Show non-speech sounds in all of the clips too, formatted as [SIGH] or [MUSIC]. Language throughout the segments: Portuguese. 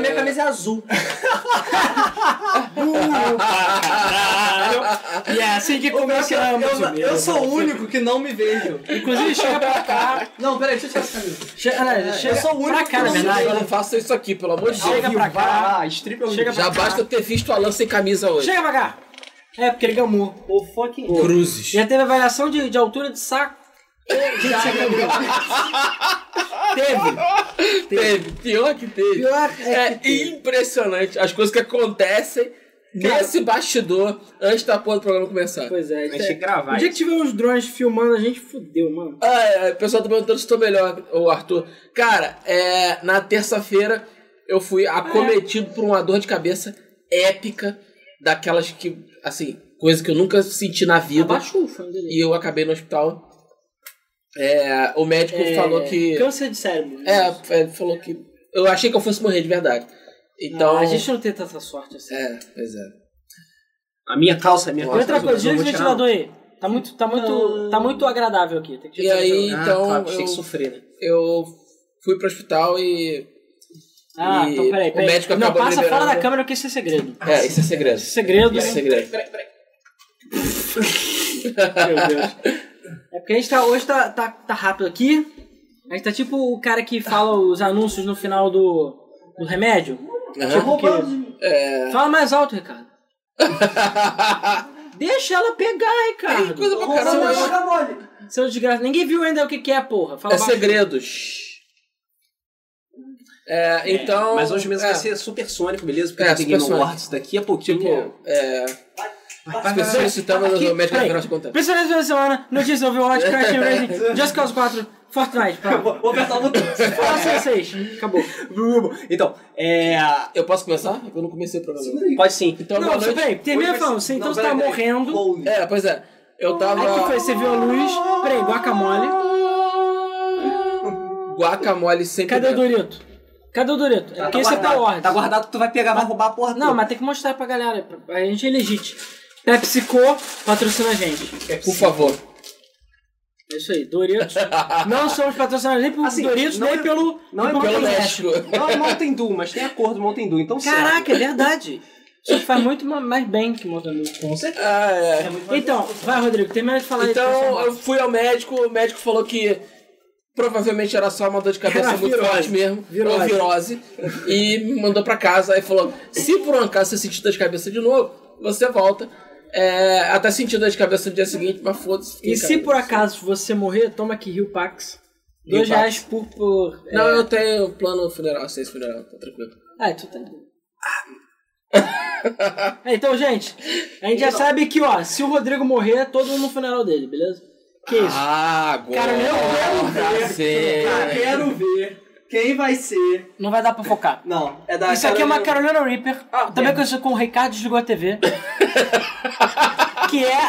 [LAUGHS] minha camisa é azul. E é né? assim que começamos. Eu, eu, eu sou o único que não me vejo. Inclusive, chega pra cá. Não, peraí, deixa eu tirar essa camisa. Chega, ah, chega Eu sou o único pra cá, na que não verdade. Eu não faço isso aqui, pelo amor de Deus. Chega pra cá. Ah, strip é Chega pra Já cá. basta eu ter visto a lança sem camisa hoje. Chega pra cá. É, porque ele gamou. O fucking. Cruzes. Já teve avaliação de, de altura de saco. Já teve. Teve, pior que teve. Pior é é que teve. impressionante as coisas que acontecem nesse bastidor antes da porra do programa começar. Pois é, Mas tinha que então, gravar. O dia que tiver uns drones filmando, a gente fudeu, mano. Ah, é, o pessoal tá perguntando se tô melhor, ô Arthur. Cara, é, na terça-feira eu Ah, fui é? acometido por uma dor de cabeça épica, daquelas que, assim, coisa que eu nunca senti na vida. Abaixou o fã dele. E eu acabei no hospital. É, o médico falou que. Câncer de cérebro. É, é, falou que. Eu achei que eu fosse morrer de verdade. Então. Ah, a gente não tem tanta sorte assim. É, pois é. A minha calça, a minha calça. é Outra coisa, eu gira vou esse tirar uma- ventilador aí. Tá muito, tá muito, tá muito agradável aqui. Tem que E aí, Ah, então, claro, tem que eu, sofrer, né? eu fui pro hospital e. Ah, e então peraí, o peraí. médico não, acabou passa liberando- fora da câmera que esse é segredo. é, isso é segredo. Segredo. né? Isso é segredo. Meu [LAUGHS] Deus. É porque a gente tá, hoje tá, tá, tá rápido aqui. A gente tá tipo o cara que fala os anúncios no final do, do remédio. Aham. Tipo que- É. Fala mais alto, Ricardo. Deixa ela pegar, Ricardo. Tem coisa pra Caramba, caramba. Seu, acabou. seu desgraça. Ninguém viu ainda o que, que é, porra. [LAUGHS] Fala É baixo. segredos. É, então. Mas hoje mesmo é, vai ser supersônico, beleza? Porque É, é, tem Game supersônico. Awards daqui a pouquinho. Tipo, é. As pessoas citando tá Aqui, o médico peraí. que nós contamos. Personagens da semana, notícias Overwatch, [LAUGHS] Crash Team Racing, Just Cause 4, Fortnite. Pronto. Vou apertar o [LAUGHS] botão. É. Faça vocês. Acabou. Então, é. Eu posso começar? Eu não comecei o programa. Pode sim. Então, não, boa você- noite. peraí, termina falando. Você então você tá morrendo. É, pois é. Eu tava. Aí que foi, você viu a luz. Peraí, guacamole. Guacamole sempre. Cadê o dentro. Dorito? Cadê o Dorito? É porque você tá guardado, ordem. Tá guardado que tu vai pegar, vai roubar a porra Não, toda. mas tem que mostrar pra galera. pra- A gente é legítimo. PepsiCo patrocina a gente. Por favor. É isso aí, Doritos. [LAUGHS] não somos patrocinados nem pelo Assim, Doritos, não nem é- pelo. não é nem Pelo Pelo México. Não é Mountain Dew, mas tem acordo Mountain Dew, então serve. Caraca, é verdade. Isso faz muito ma- mais bem que Montanu. Com certeza. [LAUGHS] Ah, é. Então, vai, Rodrigo, termina de falar aí. Então eu fui ao médico, o médico falou que provavelmente era só uma dor de cabeça Era muito virose. forte mesmo, Virose. ou virose, e me mandou pra casa. Aí falou: se por um acaso você sentir dor de cabeça de novo, você volta. É, até sentir dor de cabeça no dia seguinte, mas foda-se. fiquei E em se casa. por acaso você morrer, toma aqui Rio Pax. Rio Dois Pax. reais por. por é... Não, eu tenho plano funeral, seis funeral, tá tranquilo. Ah, tu tá. Ah. É, então, gente, a gente já sabe que, ó, se o Rodrigo morrer, é todo mundo no funeral dele, beleza? Que isso? Ah, agora. Cara, eu sim. Quero ver quem vai ser. Não vai dar pra focar. Não, é da Isso aqui é uma Carolina Reaper, Ah, também conhecida como Ricardo Desligou a TV, que é,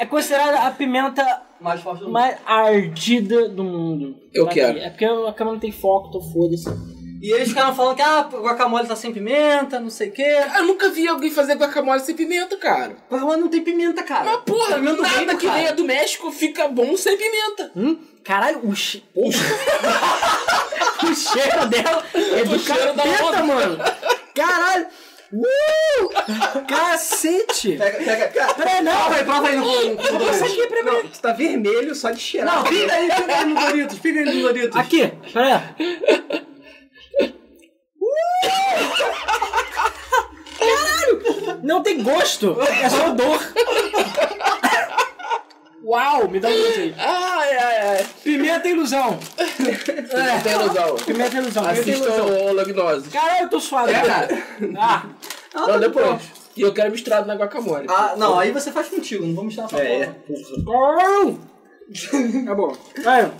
é considerada a pimenta Mais forte do mundo. mais ardida do mundo. Eu Tá quero. aqui. É porque a câmera não tem foco, tô foda-se. E eles ficaram falando que ah, o guacamole tá sem pimenta, não sei o quê. Eu nunca vi alguém fazer guacamole sem pimenta, cara. Guacamole não tem pimenta, cara. Mas porra, Pimenta do nada reino, que cara. venha do México fica bom sem pimenta. Hum? Caralho, o, che... [LAUGHS] o cheiro dela é do O cheiro da capeta, onda. mano. Caralho. Uh! Cacete. Pega, pega, cara. Peraí, não. Prova aí, prova aí no no- no Isso Doritos. aqui, é peraí, peraí. Não, tu tá vermelho só de cheirar. Não, fica aí, fica aí no Doritos, fica aí no Doritos. Aqui, peraí. Caralho! Não tem gosto, é só odor. Uau, me dá um gosto aí. Ai, ai, ai. Pimenta é ilusão. Não tem [LAUGHS] ilusão. Pimenta é ilusão. Pimenta é Assistam ilusão. o Lognose. Caralho, eu tô suado, É, cara. Ah, Não, depois. E eu quero misturado na guacamole. Ah, não, aí você faz contigo, não vou misturar essa É, porra. Au! Acabou. Vai.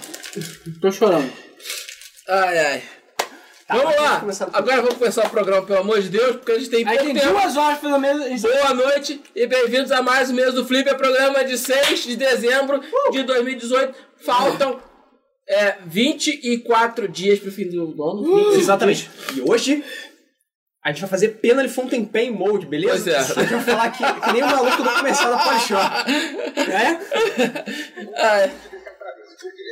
Tô chorando. Ai, ai. vamos mas lá. vamos começar do- Tá, Agora vamos começar o programa, pelo amor de Deus, porque a gente tem Aí pouco tem tempo. duas horas pelo menos. Boa noite e bem-vindos a mais um mês do Flip, é programa de 6 de dezembro de 2018. Faltam é, 24 dias pro fim do [LAUGHS] ano. Exatamente. E hoje a gente vai fazer Penal Fontainebleau Mode, beleza? Pois é. A gente vai falar que, que nem o maluco do comercial da Paixão. É? né? Ai, é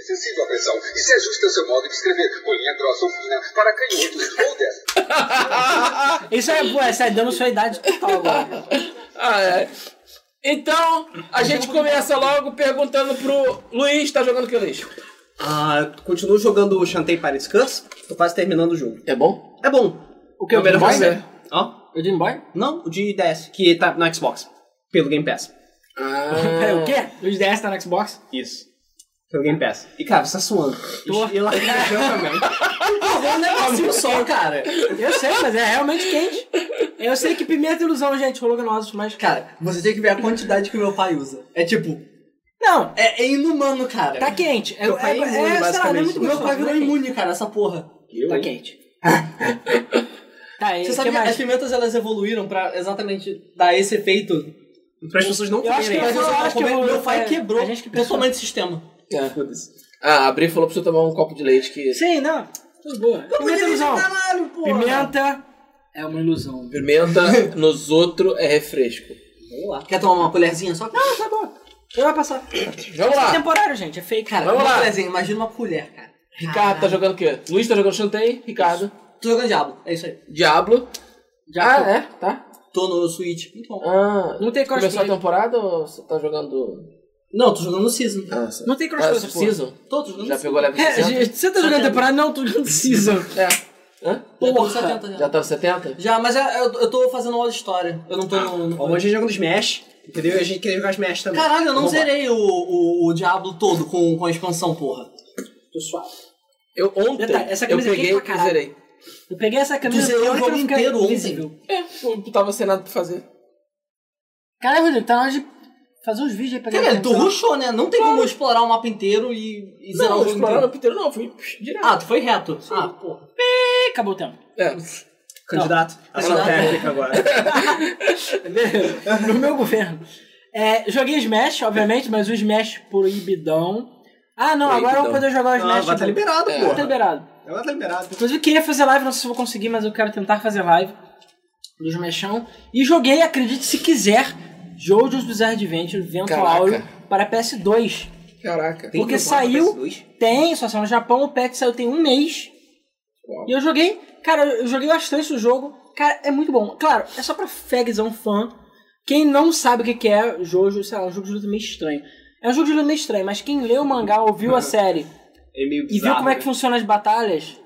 Sensível à pressão e se ajuste ao seu modo de escrever. Bolinha grossa ou fina para canhotos ou destro. Isso é, pô, essa é dando sua idade total agora. Ah, é. Então, a gente começa logo perguntando pro Luiz, tá jogando o que, Luiz? Ah, continuo jogando o Chantei Paris Curse, tô quase terminando o jogo. É bom? É bom. O que? é O Game Boy? você. Ó, O Game Boy? não, o de DS, que tá no Xbox, pelo Game Pass. Peraí, o Ah, quê? Os DS tá no Xbox? Isso. Pelo Game Pass. E, cara, você tá suando. Tô. E lá também. [LAUGHS] Porra, um negocinho só, cara. Eu sei, mas é realmente quente. Eu sei que pimenta é ilusão, gente, rolou ganosos, mas... Cara, você tem que ver a quantidade que meu pai usa. É tipo, Não, é, é inumano, cara. tá quente. É, Teu é, pai é imune, é, sei lá, não é basicamente. muito meu gostoso, pai mas virou é quente. imune, cara, essa porra. Tá quente. tá, e Você o sabe que que as mais? pimentas elas evoluíram pra exatamente dar esse efeito. Pra as pessoas não Eu acho comerem. que- Mas eu eu só acho que comer- evoluiu, meu pai é, quebrou a gente que pensou. totalmente o sistema. É. Foda-se. Ah, a Bri falou pra você tomar um copo de leite que. Sim, não. Tudo boa. Pimenta é ilusão. tá Caralho, porra. Pimenta é uma ilusão. [LAUGHS] Pimenta nos outros é refresco. Vamos lá. Quer tomar uma colherzinha só? Não, Tá bom. Eu vou passar. Vamos É lá! temporário, gente. É fake, cara. Vamos uma lá. colherzinha, imagina uma colher, cara. Ricardo tá jogando o quê? Luiz tá jogando Chantei? Ricardo. Tô jogando Diablo, é isso aí. Diablo. Já ah, é? Tá. Tô no Switch. Muito bom. Ah, Não tem começou cosplay. a temporada ou você tá jogando. Não, tô jogando no Season. Ah, Não tem ah, crossplay, essa porra. season? Tô, tô jogando Já no pegou level É, 60? gente, você tá jogando temporada? Não, tô jogando season. É. Hã? Season. Já tô no Porra. 70 já. Já tá no 70? Já, mas é- eu, eu tô fazendo aula de história. Eu não tô no. no- Ó, hoje a gente joga no Smash, entendeu? E a gente queria jogar Smash também. Caralho, eu não Vamos Ah, lá. zerei o, o, o Diablo todo com, com a expansão, porra. Tô suave. Eu ontem. Detalhe, essa eu camisa aqui é peguei pra e caralho. zerei. Eu peguei essa camisa zerou porque a o hora que ela jogo fica inteiro ontem. invisível. É, eu tava sem nada pra fazer. Caralho, Rodrigo, tá na hora de fazer uns vídeos aí pra galera. Caralho, tu rushou, né? Não tem como explorar o mapa inteiro e, e zerar Não, o jogo explorar inteiro. no Peter não, fui psh, direto. Ah, tu foi reto. Ah, porra. Ih, acabou o tempo. [LAUGHS] É. Candidato a Não. sua técnica agora. no meu governo. É, joguei Smash, obviamente, mas o Smash proibidão. Ah, não, agora eu vou Proibidão. poder jogar Não, o Smash. agora tá liberado, É. Tá porra. liberado. Agora tá liberado. Inclusive, eu queria fazer live, não sei se eu vou conseguir, mas eu quero tentar fazer live do Smashão. E joguei, acredite se quiser, Jojo's Bizarre Adventure Vento Caraca. Áureo para PS2. Caraca. Tem Porque que jogar saiu- com PS2? Tem, só saiu no Japão, o patch saiu tem um mês. Uau. E eu joguei, cara, eu joguei bastante o jogo. Cara, é muito bom. Claro, é só pra fagzão fã. Quem não sabe o que que é Jojo, sei lá, é um jogo de luta meio estranho. É um jogo de luta meio estranho, mas quem leu o mangá, ouviu a Uhum. série É meio e viu bizarro, como é que né? funciona as batalhas,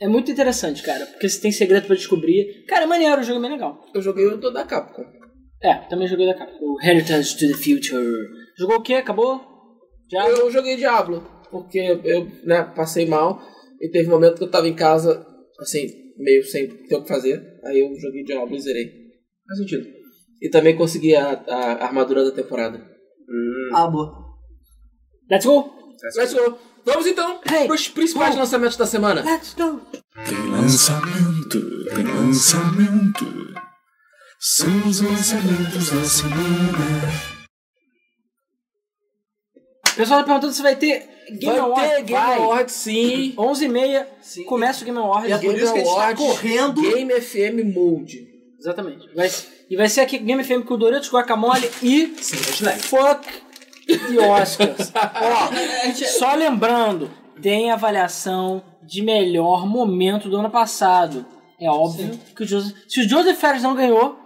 é muito interessante, cara. Porque você tem segredo pra descobrir. Cara, é maneiro, o jogo é bem legal. Eu joguei o do da Capcom. É, também joguei da capa. O Heritage to the Future. Jogou o quê? Acabou? Já? Eu joguei Diablo, porque eu né, passei mal e teve um momento que eu tava em casa, assim, meio sem ter o que fazer. Aí eu joguei Diablo e zerei. Faz sentido. E também consegui a, a armadura da temporada. Ah, boa. Let's go! Let's go! Vamos então Hey, para os principais go. lançamentos da semana. Let's go! Tem lançamento, tem lançamento. São os lançamentos da semana. O pessoal tá perguntando se vai ter Vai Game Awards. ter Game Vai. Awards, sim. 11 e meia, Sim. começa o Game Awards. E é por Game isso que a gente tá Awards, correndo. Game FM Mode. Exatamente. Vai- e vai ser aqui Game FM com o Doritos, Guacamole e Sim, Fuck e Oscars. A gente- Só lembrando, tem avaliação de melhor momento do ano passado. É óbvio que o Joseph... Se o Joseph Ferris não ganhou,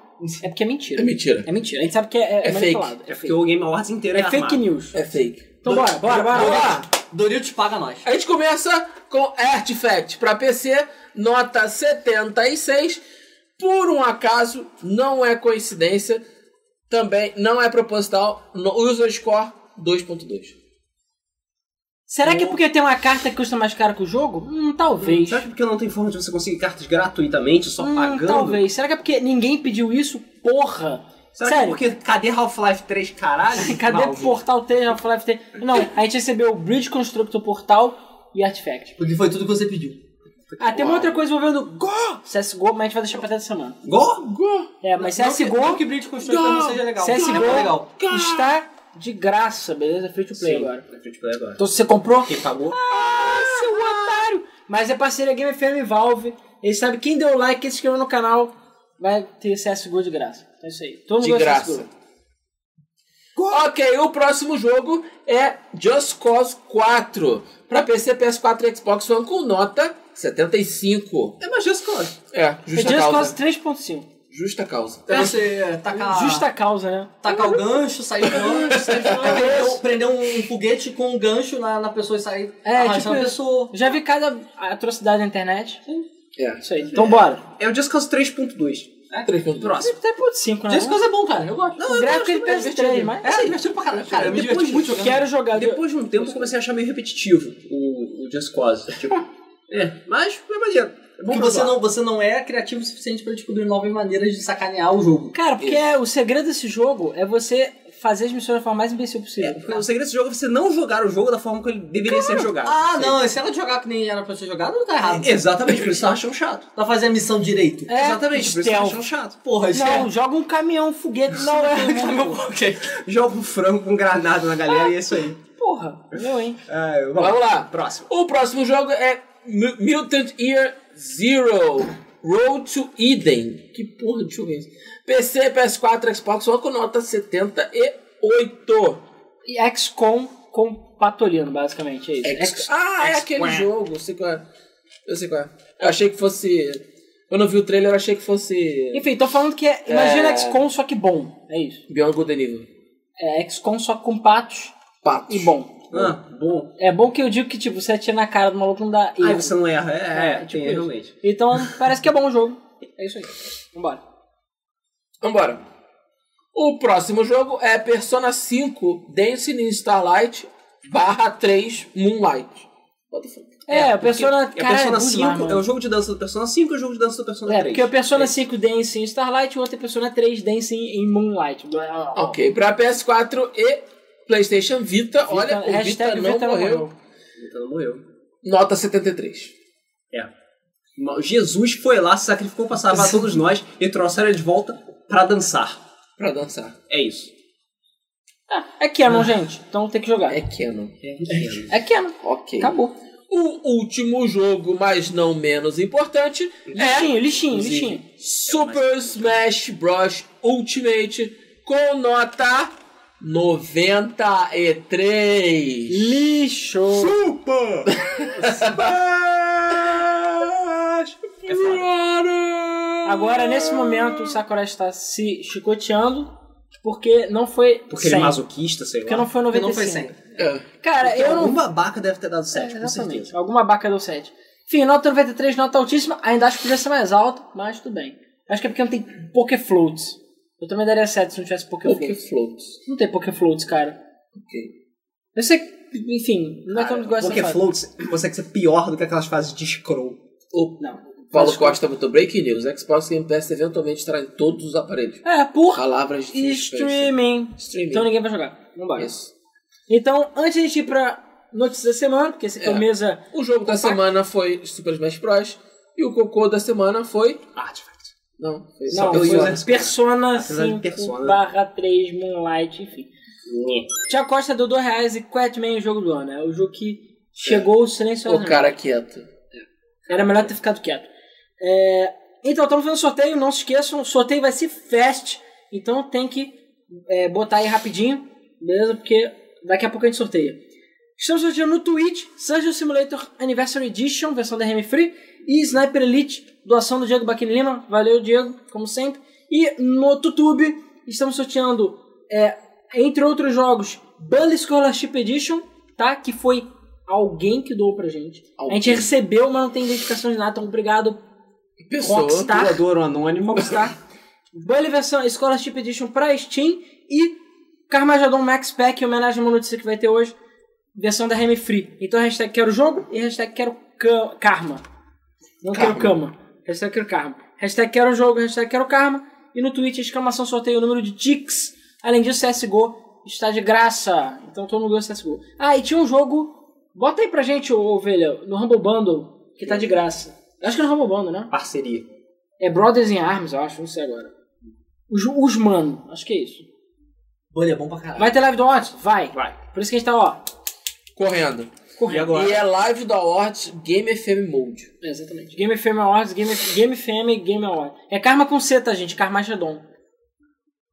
é porque é mentira. É mentira. É mentira. A gente sabe que é, é, É manipulado. É porque o Game Awards inteiro é, É fake armado. news. É fake. Então bora, bora, bora. Doritos- bora. Doritos paga nós. A gente começa com Artifact para PC, nota 76. Por um acaso, não é coincidência, também não é proposital, no user score 2.2. Será que é porque tem uma carta que custa mais caro que o jogo? Hum, talvez. Sabe por que não tem forma de você conseguir cartas gratuitamente, só Hum, pagando? Talvez. Será que é porque ninguém pediu isso? Porra! Será que é Sério? porque cadê Half-Life 3, caralho? [LAUGHS] Cadê Valve? Portal 3, Half-Life 3? Não, a gente recebeu o Bridge Constructor Portal e Artifact. Porque foi tudo que você pediu. Ah, tem uma outra coisa envolvendo Go! CSGO, mas a gente vai deixar pra essa semana. Go? É, mas CSGO, Não que, não que Bridge Constructor não Não. seja legal. CSGO Não é legal. está de graça, beleza? Free to play agora. É free to play agora. Então se você comprou, Ah, Quem pagou? É, seu otário! Mas é parceria Game FM e Valve. Eles sabem quem deu like, quem se inscreveu no canal, vai ter CSGO de graça. É Então, isso aí. Todo mundo De gosta graça. CSGO. Ok, o próximo jogo é Just Cause 4. Pra PC, PS4 e Xbox One com nota 75. É mais Just Cause. É, É justa Just causa. Cause 3.5. Justa causa. É. Então você tacar, Justa causa, né? tacar o gancho, sair [LAUGHS] voando, sair voando, prender, prender um foguete com um gancho na, na pessoa e sair É, arrastando tipo a isso. pessoa. Já vi cada atrocidade na internet. É. Isso aí. Então bora. É o Just Cause 3.2. Três pontos. Próximo. Até ponto 5, né? Just Cause é bom, cara. Eu gosto. O gráfico ele pesa 3, mas. é, divertido pra caralho. Cara, eu me Depois diverti muito de- jogando. Quero jogar. Depois de um tempo eu comecei a achar meio repetitivo o, o Just Cause. [LAUGHS] Tipo, é, mas é maneiro. É bom Porque pra você zoar. não, você não é criativo o suficiente pra descobrir novas maneiras de sacanear o jogo. Cara, porque é- o segredo desse jogo é você fazer as missões da forma mais imbecil É, possível. porque o segredo desse jogo é você não jogar o jogo da forma que ele deveria ser jogado. Ah, não, se ela jogar que nem era pra ser jogada, não tá errado. Exatamente, por isso tá achando chato. Pra fazer a missão direito. É, Exatamente, por isso tá stealth. achando chato. Porra, isso Não, joga um caminhão, um foguete, não é. Ok. Joga um frango com granada na galera e é isso aí. Porra, meu, hein? Ah, Vamos lá. Próximo. O próximo jogo é Mu- Mutant Year Zero Road to Eden. Que porra de jogo é esse? PC, PS4, Xbox One com nota 78. E XCOM com Patolino, basicamente, é isso. X- ah, é aquele jogo. Eu sei qual é. Eu sei qual é. Eu achei que fosse. Eu não vi o trailer, eu achei que fosse. Enfim, tô falando que é. Imagina XCOM só que bom. É isso. Beyond Good and Evil. É XCOM só que com patos Patos. e bom. Ah, bom. É bom que eu digo que, tipo, você atira na cara do maluco não dá Aí erro. você não erra. É, é, tem, isso. realmente. Então, parece que é bom o jogo. É isso aí. Vambora. Vambora. O próximo jogo é Persona 5 Dancing in Starlight barra 3 Moonlight. What the fuck? É, o Persona, É cara, Persona é 5, é o jogo de dança do Persona 5 e o jogo de dança do Persona É, 3. porque o Persona 5 dance em Starlight, o outro é Persona 3 dance em Moonlight. Blá, blá, blá. Ok, pra PS4 e PlayStation Vita, olha, o Vita hashtag não Vita não morreu. morreu. Então não morreu. Nota 73. É. Mas Jesus foi lá, se sacrificou pra salvar todos nós e trouxeram ele de volta pra dançar. Pra dançar. É isso. É Canon, Ah. gente. Então tem que jogar. É Canon. É Canon. Ok. Acabou. O último jogo, mas não menos importante, é Lixinho, lixinho, lixinho. Super Smash Bros. Ultimate com nota 93. Hum, Lixo. Super! Smash! É foda. Agora, nesse momento, o Sakurai está se chicoteando porque não foi [LAUGHS] Porque 100. ele é masoquista, sei Porque lá. não foi Porque 95. não foi 100. É. Cara, eu não... Algum babaca deve ter dado 7, com É, Exatamente. certeza. Alguma baca deu 7. Enfim, nota 93, nota altíssima. Ainda acho que podia ser mais alta, mas tudo bem. Acho que é porque não tem Pokéfloats. Eu também daria 7 se não tivesse Porque Pokéfloats. floats. Não tem Pokéfloats, cara. Ok. Eu sei que, enfim, não é que eu não gosto Porque dessa fase. floats consegue ser pior do que aquelas fases de scroll. O Não. Paulo Costa botou Breaking News. Xbox Game Pass eventualmente estará em todos os aparelhos. É, por Palavras de streaming. Streaming. Então ninguém vai jogar. Vambora. Isso. Então, antes de a gente ir pra notícia da semana, porque esse aqui é, o É. mesa... O jogo da semana foi Super Smash Bros. E o cocô da semana foi. Artifact. Não, foi Não, só Persona. foi Persona Apesar de 5 Persona. barra 3 Moonlight, enfim. Tia Costa deu 2 reais e Quatman é o jogo do ano. É o jogo que chegou silenciosamente. O cara quieto. Era melhor ter ficado quieto. É, Então, estamos fazendo sorteio, não se esqueçam. O sorteio vai ser fast, então tem que é, botar aí rapidinho, beleza? Porque daqui a pouco a gente sorteia. Estamos sorteando no Twitch, Surgeon Simulator Anniversary Edition, versão da RM Free, e Sniper Elite, doação do Diego Baquini Lima. Valeu, Diego, como sempre. E no YouTube, estamos sorteando, é, entre outros jogos, Bully Scholarship Edition, tá? Que foi alguém que doou pra gente. A gente Alguém. recebeu, mas não tem identificação de nada, então obrigado Pessoa. Rockstar. Tá. Doador ou anônimo. Rockstar. Bully versão Scholarship Edition pra Steam e Carmageddon Max Pack, em homenagem a uma notícia que vai ter hoje, versão da Remy Free. Então hashtag quero jogo e hashtag quero ca- karma. Não quero cama. Hashtag quero karma. Hashtag quero jogo, hashtag quero karma. E no Twitch, exclamação sorteio o número de ticks. Além disso, CSGO está de graça. Então todo mundo ganha CSGO. Ah, e tinha um jogo. Bota aí pra gente, ô ovelha, no Humble Bundle, que tá de graça. Acho que é no Humble Bundle, né? Parceria. É Brothers in Arms, eu acho, não sei agora. Os, os mano, acho que é isso. Bolha é bom pra caralho. Vai ter live do Otis? Vai. Vai. Por isso que a gente tá, ó, Correndo. E correndo. agora? E é live da Orts Game FM Mode. É, exatamente. Game FM Awards, Game, Game FM e Game Awards. É Karma com C, tá, gente? Karmagedon.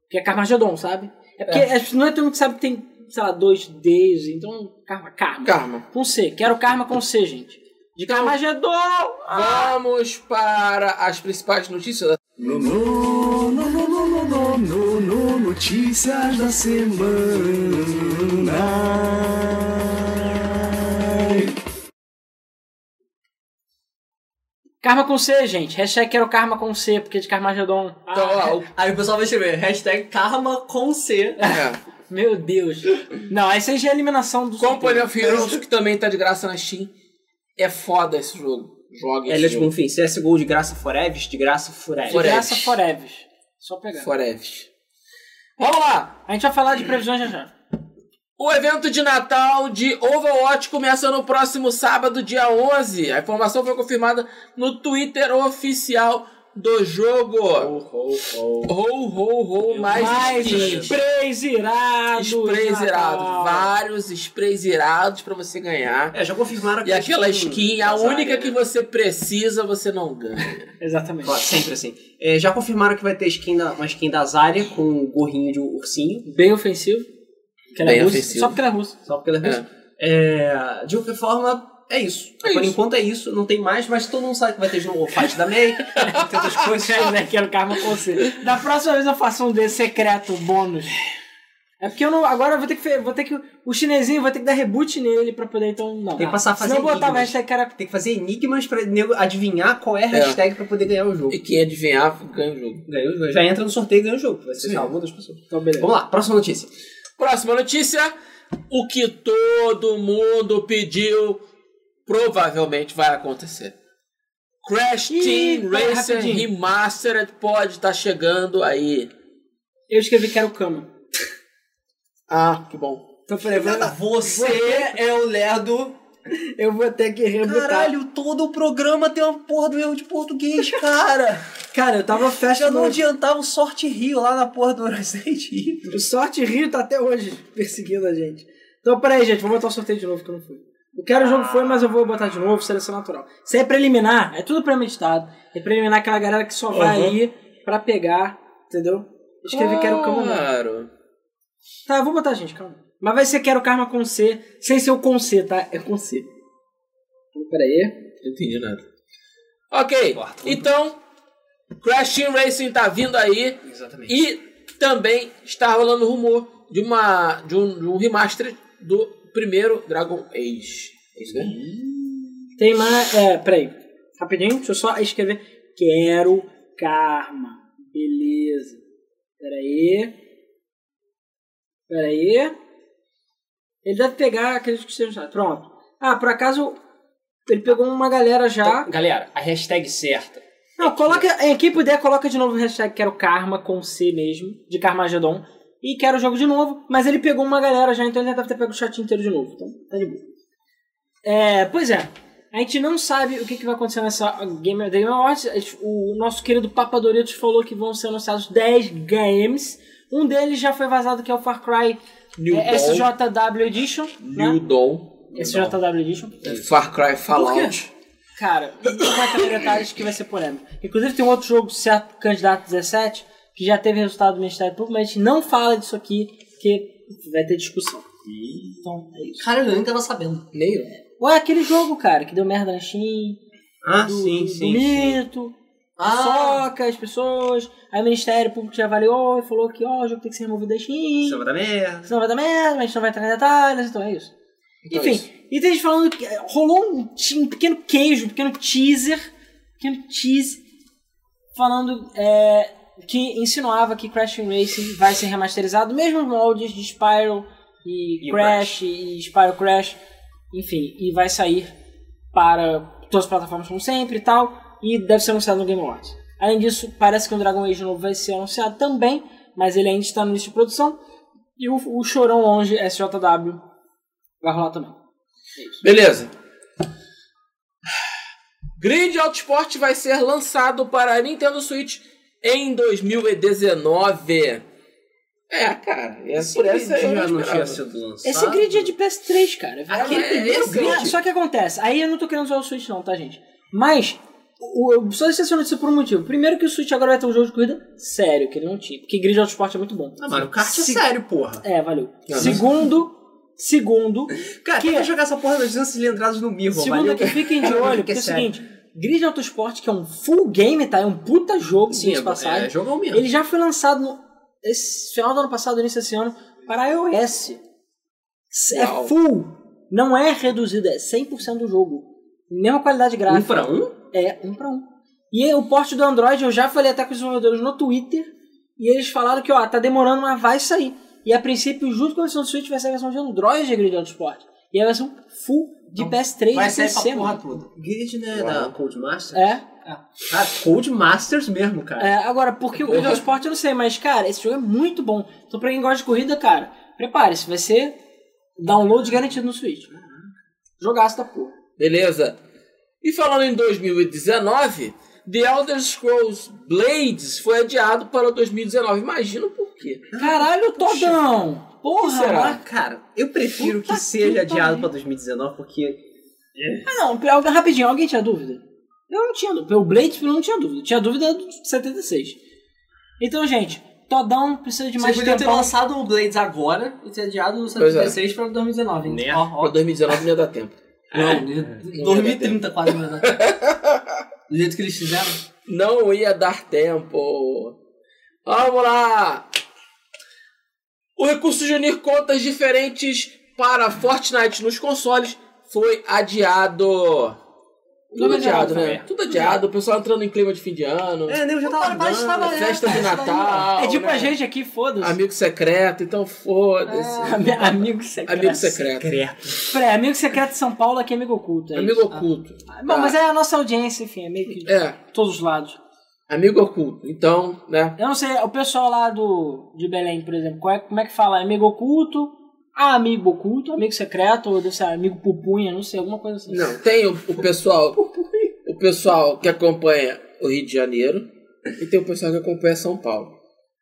Que é Karmagedon, sabe? É porque as- não é todo mundo que sabe que tem, sei lá, dois Ds, então. Karma, karma. Karma. Com C. Quero karma com C, gente. De Carmagedon! Vamos para as principais notícias. No, no, no, no, no, no, no, no, notícias da semana. Karma com C, gente. Hashtag quero karma com C, porque é de Carmagedon. Ah, Então, ó, o- Aí o pessoal vai escrever hashtag karma com C. é. Meu Deus. Não, essa aí já é a eliminação do. Company of Heroes, que também tá de graça na Steam. É foda esse jogo. Joga esse Elliot jogo. Bonfim, CSGO é de graça Forever, de graça Forever. De Forever. graça Forever. Só pegar. Forever. Vamos lá! A gente vai falar de previsões já já. O evento de Natal de Overwatch começa no próximo sábado, dia 11. A informação foi confirmada no Twitter oficial do jogo. Ho, ho, ho. Ho, ho, ho, mais, Mais skins. sprays irados. Sprays Natal. irados. Vários sprays irados pra você ganhar. É, já confirmaram que E aquela skin, é a Azar, única né? que você precisa, você não ganha. Exatamente. Claro, sempre assim. É, já confirmaram que vai ter skin da, uma skin da Zarya com um gorrinho de ursinho, Bem ofensivo. Porque ela é Bem russa. ofensivo. Só porque ela é russa. só porque ela é russa. É, de qualquer forma, é isso. É Por isso. enquanto é isso, não tem mais, mas todo mundo sabe que vai ter Snowfight da May, tem outras coisas. né? Quero karma com você. Da próxima vez eu faço um desse secreto, bônus. É porque eu não. Agora eu vou ter que. fe- Vou ter que o chinesinho vai ter que dar reboot nele pra poder, então. Não. Tem que passar a fazer Se não botar é enigmas. hashtag cara. Tem que fazer enigmas pra nego adivinhar qual é a hashtag pra poder ganhar o jogo. E quem adivinhar, ganha o jogo. Ganhou, já entra no sorteio e ganha o jogo. Vai ser Sim. salvo das pessoas. Então, beleza. Vamos lá, próxima notícia. Próxima notícia. O que todo mundo pediu provavelmente vai acontecer. Crash Ih, Team pera, Racer rapidinho. Remastered pode estar chegando aí. Eu escrevi quero cama. Ah, que bom. Então eu falei, vou- É, Você é o lerdo. eu vou ter que rebutar. tá- todo o programa tem uma porra do erro de português, cara. Cara, eu tava festa no. adiantava o Sorte Rio lá na porra do Resident Evil. O Sorte Rio tá até hoje perseguindo a gente. Então, peraí, gente, vou botar o sorteio de novo que eu não fui. Eu quero o jogo foi, mas eu vou botar de novo, seleção natural. Isso aí é preliminar, é tudo premeditado. É preliminar aquela galera que só vai aí pra pegar, entendeu? Escrevi quero Ah. cama não. Claro. Tá, eu vou botar, gente, calma. Mas vai ser quero karma com C, sem ser o com C, tá? É com C. Então, peraí. Não entendi nada. Ok, então Crash Team Racing tá vindo aí. Exatamente. E também está rolando rumor de, uma, de, um, de um remaster do primeiro Dragon Age. É isso, né? Tem mais. É, peraí. Rapidinho, deixa eu só escrever. Quero karma. Beleza. Peraí. Peraí. Ele deve pegar aqueles que estejam já. Pronto. Ah, por acaso ele pegou uma galera já. Então, Galera, a hashtag certa. Não, coloca. é, Quem puder, coloca de novo o hashtag Quero Karma com C mesmo, de Carmageddon. E quero o jogo de novo, mas ele pegou uma galera já, então ele já deve ter pego o chat inteiro de novo. Então, tá de boa. É, pois é. A gente não sabe o que, que vai acontecer nessa Game The Game Awards. A gente- O nosso querido Papa Doritos falou que vão ser anunciados 10 games. Um deles já foi vazado, que é o Far Cry New é, Dawn. SJW Edition. New Né? Dawn. SJW Edition. É Far Cry Fallout. Cara, não vai caber detalhes que vai ser polêmico. Inclusive tem um outro jogo, certo, Candidato 17, que já teve resultado do Ministério Público, mas a gente não fala disso aqui, porque vai ter discussão. Então, é isso. Cara, eu nem tava sabendo. Nem eu. Ué, aquele jogo, cara, que deu merda na Steam, Ah, do, do- do mito, Ah, soca as pessoas, aí o Ministério Público já avaliou e falou que, ó, o jogo tem que ser removido da Steam, Chama da merda. senão vai dar merda, mas a gente não vai entrar em detalhes, então é isso. Então é Enfim, isso. e tem gente falando que eh, rolou um, te- um pequeno queijo, um pequeno teaser, um pequeno tease, falando eh, que insinuava que Crash Team Racing vai ser remasterizado, mesmo os moldes de Spyro e, E Crash, e Spyro Crash, enfim, e vai sair para todas as plataformas como sempre e tal, e deve ser anunciado no Game Awards. Além disso, parece que o Dragon Age novo vai ser anunciado também, mas ele ainda está no início de produção, e o, o Chorão Longe SJW vai rolar também. Beleza. Grid Autosport vai ser lançado para a Nintendo Switch em 2019. É, cara. É por essa eu já não esperava. tinha sido lançado. Esse ah, grid é de PS3, cara. Aquele Aquele primeiro primeiro grid. Só que acontece, aí eu não tô querendo usar o Switch não, tá, gente? Mas o- eu só decepciono disso por um motivo. Primeiro que o Switch agora vai ter um jogo de corrida sério, que ele não tinha. Porque Grid Auto Sport é muito bom. Ah, Mario Kart é Se- sério, porra. É, valeu. Ah, mas- segundo, segundo, Cara, Que- é? tem que jogar essa porra das 200 cilindradas no Mirror, segundo é valeu? que fiquem [LAUGHS] de olho, porque é o sério. seguinte, Grid Auto Sport, que é um full game, tá? É um puta jogo, Sim, de passagem. é, é jogão mesmo. Ele já foi lançado no esse final do ano passado, início desse ano, para iOS. S- É Uau. full. Não é reduzido, é 100% do jogo. Mesma qualidade Um gráfica. pra um? É, um pra um. E o porte do Android, eu já falei até com os desenvolvedores no Twitter, e eles falaram que, ó, tá demorando, mas vai sair. E a princípio, junto com a versão do Switch, vai sair a versão de Android de Grid Auto Sport. E a versão full de Então, PS3 Vai e sair pra PC. porra mano. toda. Grid, né? Uau. Da Cold Master. É. Cara, Cold Masters mesmo, cara. É, agora, porque o Grid Sport eu não sei, mas, cara, esse jogo é muito bom. Então, pra quem gosta de corrida, cara, prepare-se, vai ser download garantido no Switch. Jogaço da porra. Beleza. E falando em 2019, The Elder Scrolls Blades foi adiado para 2019. Imagino por quê. Caralho, Todão! Porra! será? Mar- Ah, cara, eu prefiro que Puta que seja adiado pariu. pra 2019, porque. Ah, não, pra- alguém- rapidinho, alguém tinha dúvida? Eu não tinha dúvida. O Blade eu não tinha dúvida. Tinha dúvida do 76. Então, gente, Todão precisa de Você mais podia ter um- tempo. lançado o Blades agora e ter adiado o é. 76 pra 2019. hein? Né? Ó, ó. Para 2019 não ia dar tempo. Não, É. de- 2030 quase, na verdade. Do jeito que eles fizeram. Não ia dar tempo. Vamos lá! O recurso de unir contas diferentes para Fortnite nos consoles foi adiado. Tudo Tudo adiado, adiado, né? é. Tudo adiado. O pessoal entrando em clima de fim de ano. né? É, nego já tava. Mas andando. tava- festa de é, Natal. É tipo né? a gente aqui, foda-se. Amigo secreto, então foda-se. Ami- [LAUGHS] Amigo secreto. Amigo é secreto. Peraí, amigo secreto de São Paulo aqui, é amigo oculto. É Amigo isso. oculto. Ah, Bom, mas é a nossa audiência, enfim, é meio que de É, todos os lados. amigo oculto. Então, né? Eu não sei, o pessoal lá do, de Belém, por exemplo, qual é- como é que fala? Amigo oculto, Ah, amigo oculto, amigo secreto, ou deve ser amigo pupunha, não sei, alguma coisa assim. Não, tem o, o pessoal. o pessoal que acompanha o Rio de Janeiro e tem o pessoal que acompanha São Paulo.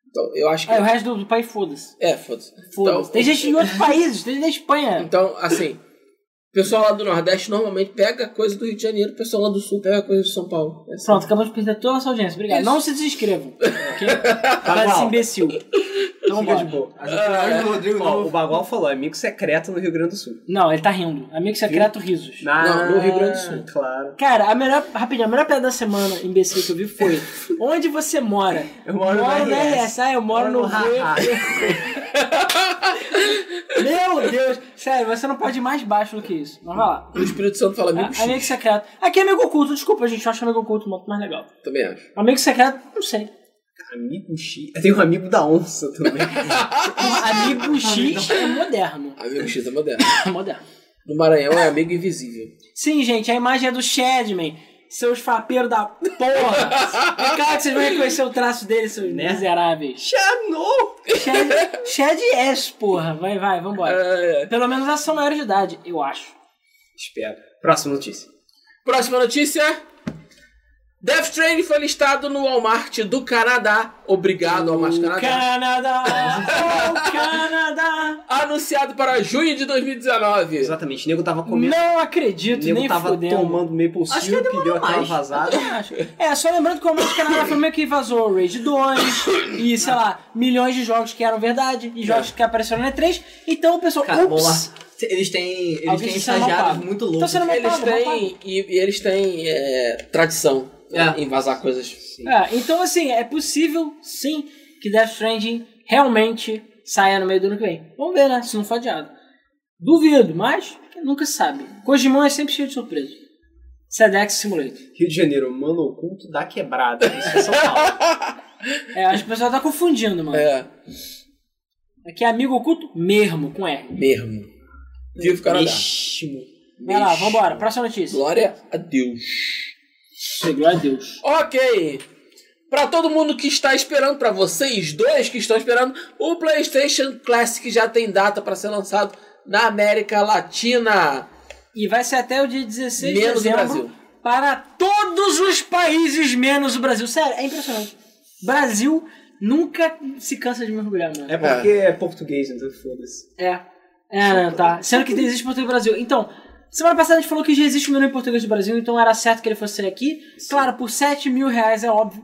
Então, eu acho que. Aí Ah, É, o resto do, do país, foda-se. É, foda-se. Foda-se. Então, tem gente em outros países, tem gente na Espanha. Então, assim, o pessoal lá do Nordeste normalmente pega coisa do Rio de Janeiro, o pessoal lá do Sul pega coisa de São Paulo. É assim. Pronto, acabamos de perder toda a nossa audiência. Obrigado. Isso. Não se desinscrevam. ok? Para esse Bagual. imbecil. Então Fica de vamos boa. As Ah, opiniões do Rodrigo tipo, Ó, o não. Bagual falou, amigo secreto no Rio Grande do Sul. Não, ele tá rindo. Amigo secreto, risos. Não, no Rio Grande do é. Sul. Claro. Cara, a melhor, rapidinho, a melhor piada da semana, imbecil, que eu vi foi Onde você mora? Eu moro no RS. Ah, eu moro no Rio. Meu Deus! Sério, você não pode ir mais baixo do que isso. Mas vai lá. O Espírito Santo fala amigo A- X, Ah, Amigo secreto. Aqui é amigo oculto, desculpa, gente. Eu acho amigo oculto muito mais legal. também acho. Amigo secreto, não sei. Amigo X. Eu tenho um amigo da onça [LAUGHS] também. Amigo X é moderno. Amigo X é [COUGHS] moderno. É moderno. No Maranhão é amigo invisível. Sim, gente, a imagem é do Shadman. Seus fapeiros da porra! É claro que vocês vão reconhecer o traço dele, seus Né? miseráveis. Chanou! Shad, Shad S, porra. Vai, vai, vambora. É, Pelo menos elas são maiores de idade, eu acho. Espera. Próxima notícia. Próxima notícia. Death Train foi listado no Walmart do Canadá. Obrigado, Walmart Ah, tá. Canadá. Canadá! Oh, Canadá! Anunciado para junho de 2019. Exatamente, o nego tava comendo. Não o acredito, nego nem tava fudendo. tomando maple syrup e deu aquela mais. vazada. Eu acho. É, só lembrando que o Almighty Canadá foi meio que vazou Rage 2 e, sei lá, milhões de jogos que eram verdade É. e jogos que apareceram na E3. Então o pessoal, Cara, vamos ups, lá. Eles têm, eles Alguém têm se chama estagiários Pablo. muito Então loucos. você não vai Eles parar, não vai têm, e, e eles têm é, tradição É. em vazar coisas. parar. É, então assim, é possível sim que Death Stranding realmente saia no meio do ano que vem. Vamos ver, né? Se não for adiado. Duvido, mas nunca se sabe. Kojimão é sempre cheio de surpresa. Sedex Simulator. Rio de Janeiro, mano oculto da quebrada. Isso é São Paulo. É, acho que o pessoal tá confundindo, mano. É, Aqui é amigo oculto mesmo, com R. mesmo. Viva o Canadá. Meximo. Vai lá, vambora. Próxima notícia. Glória a Deus. Glória a Deus. Ok. Pra todo mundo que está esperando, pra vocês dois que estão esperando, o PlayStation Classic já tem data para ser lançado na América Latina. E vai ser até o dia 16 de Menos o dezembro Brasil. para todos os países, menos o Brasil. Sério, é impressionante. Brasil nunca se cansa de mergulhar, mano. É porque é português, então foda-se. É. É, não, tá. Sendo que existe português no Brasil. Então, Semana passada a gente falou que já existe um menu em português do Brasil, então era certo que ele fosse sair aqui. Claro, por 7 mil reais é óbvio.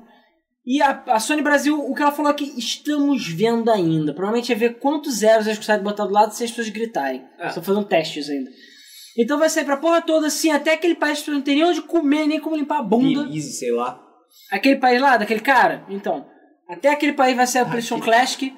E a, a Sony Brasil, o que ela falou é que estamos vendo ainda. Provavelmente é ver quantos zeros eles conseguem botar do lado se as pessoas gritarem. Estão fazendo testes ainda. Então vai sair pra porra toda assim, até aquele país que não tem nem onde comer, nem como limpar a bunda. Belize, sei lá. Aquele país lá, daquele cara? Então. Até aquele país vai sair a PlayStation Classic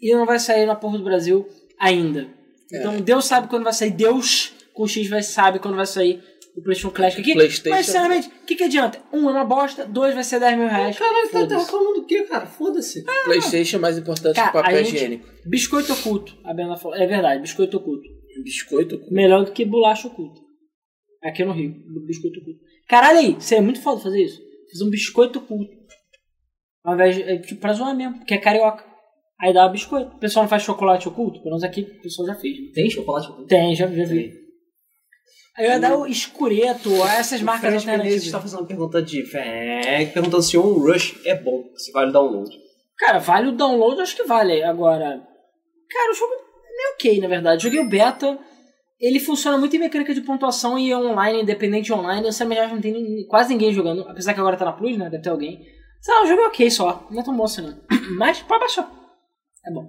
e não vai sair na porra do Brasil ainda. Então Deus sabe quando vai sair. Deus com X vai sabe quando vai sair o PlayStation Classic aqui. PlayStation. Mas sinceramente, o que, que adianta? Um é uma bosta, dois vai ser 10 mil reais. Caralho, tá, tá Foda-se. reclamando do quê, cara? Foda-se. Playstation é mais importante Cara, que papel Ah. a gente- higiênico. Biscoito oculto, a Bela falou. É verdade, biscoito oculto. Biscoito? Melhor do que bolacha oculta. Aqui no Rio, do biscoito oculto. Caralho aí, seria muito foda fazer isso. Fazer um biscoito oculto. Ao invés de, é, tipo, pra zoar mesmo, porque é carioca. Aí dá biscoito. O pessoal não faz chocolate oculto? Pelo menos aqui o pessoal já fez. né? Tem chocolate com Tem, já, já vi. Aí eu ia dar o escureto, essas marcas Fred Menezes está alternativas. tá fazendo uma pergunta de fé, perguntando se um Rush é bom, se vale o download. Cara, vale o download, acho que vale. Agora, cara, o jogo é ok, na verdade. Joguei o beta, ele funciona muito em mecânica de pontuação e é online, independente de online. Eu sinceramente acho que não tem ninguém- quase ninguém jogando, apesar que agora tá na Plus, né? Deve ter alguém. Sei lá, o jogo é ok só, não é tão bom assim não. [CLEARS THROAT] Mas pode baixar. É bom.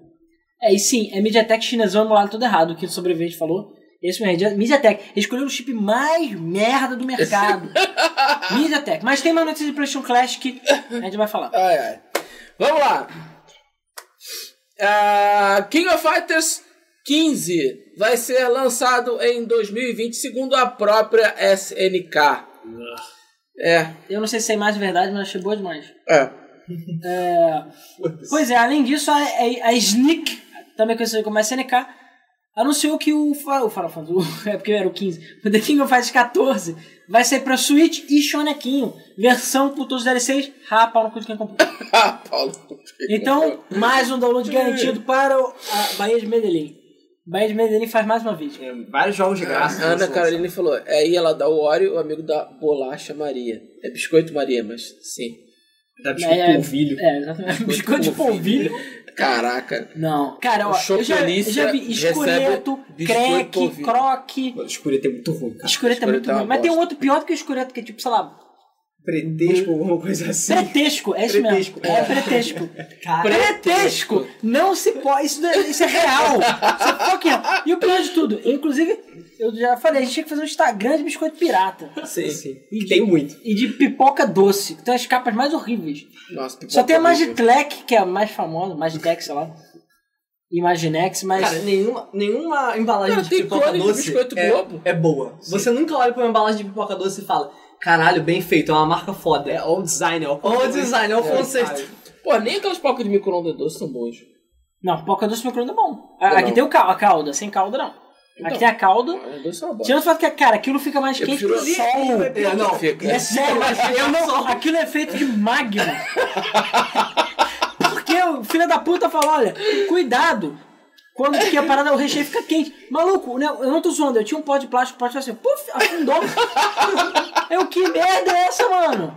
É, e sim, é MediaTek chinesão emulado tudo errado, o que o sobrevivente falou. Esse mesmo, é MediaTek. Eles escolheram o chip mais merda do mercado. MediaTek. Mas tem uma notícia de PlayStation Clash que a gente vai falar. Ai, ai. Vamos lá. Ah, King of Fighters 15 vai ser lançado em 2020, segundo a própria SNK. É, Eu não sei se é mais verdade, mas achei boa demais. é. [LAUGHS] Pois é, além disso, a, a, a Sneak, também conhecida como SNK, anunciou que o, Fa- o Final Fantasy, [LAUGHS] o- é porque era o 15, o [LAUGHS] The King of Fighters 14 vai sair pra Switch e Shonequinho, versão com todos os DLCs, rapa no cu de quem comprou. Ah, Paulo. Então, mais um download garantido para o- a Bahia de Medellín. Bahia de Medellín faz mais uma vez. É, vários jogos de A graça. Ah, né, Ana lançam- Caroline falou, é aí ela dá o Oreo, o amigo da Bolacha Maria. É Biscoito Maria, mas sim. Da biscoito É, é. polvilho. É, exatamente. Biscoito de polvilho. Caraca. Não. Cara, ó, eu já, eu já vi Chocolícia escureto, recebe biscoito creque, polvilho. croque. Mano, escureto é muito ruim, cara. Escureto é Escureto muito é uma ruim. Mas tem um bosta. outro pior do que o escureto, que é tipo, sei lá, Pretexto ou alguma coisa assim. [LAUGHS] Pretexco, é isso Pretexco. mesmo. É pretexto. [LAUGHS] Pretexco. Pretexco! Não se pode. Isso, é- isso é real. Isso é fucking real. E o pior de tudo, inclusive, eu já falei, a gente tinha que fazer um Instagram de biscoito pirata. Sim, sim. E tem muito. E de pipoca doce, que tem as capas mais horríveis. Nossa, pipoca Só tem a horrível. Magitleck, que é a mais famosa, Magitlex, sei lá. Imaginex, mas. Cara, nenhuma, nenhuma embalagem Cara, de tem pipoca clone de doce biscoito é, Globo. é boa. Você nunca olha pra uma embalagem de pipoca doce e fala, caralho, bem feito, é uma marca foda. É, olha o design, é ó. Olha o design, olha o conceito. Pô, nem aquelas pipocas de micro-ondas doce são boas. Não, pipoca doce no micro é bom. Ou Aqui não. tem o cal- a calda, sem calda não. Aqui Então. tem a calda. As doces são boas. Tirando o fato que, cara, aquilo fica mais Eu quente que prefiro o assim, sol. É, não, fica. [LAUGHS] É sério, eu não. Aquilo é feito de magma. Porque o filho da puta fala: olha, cuidado. Quando que a parada, o recheio fica quente. Maluco, né, eu não tô zoando, eu tinha um pó de plástico, o pó de plástico assim, puf, afundou. Eu, que merda é essa, mano?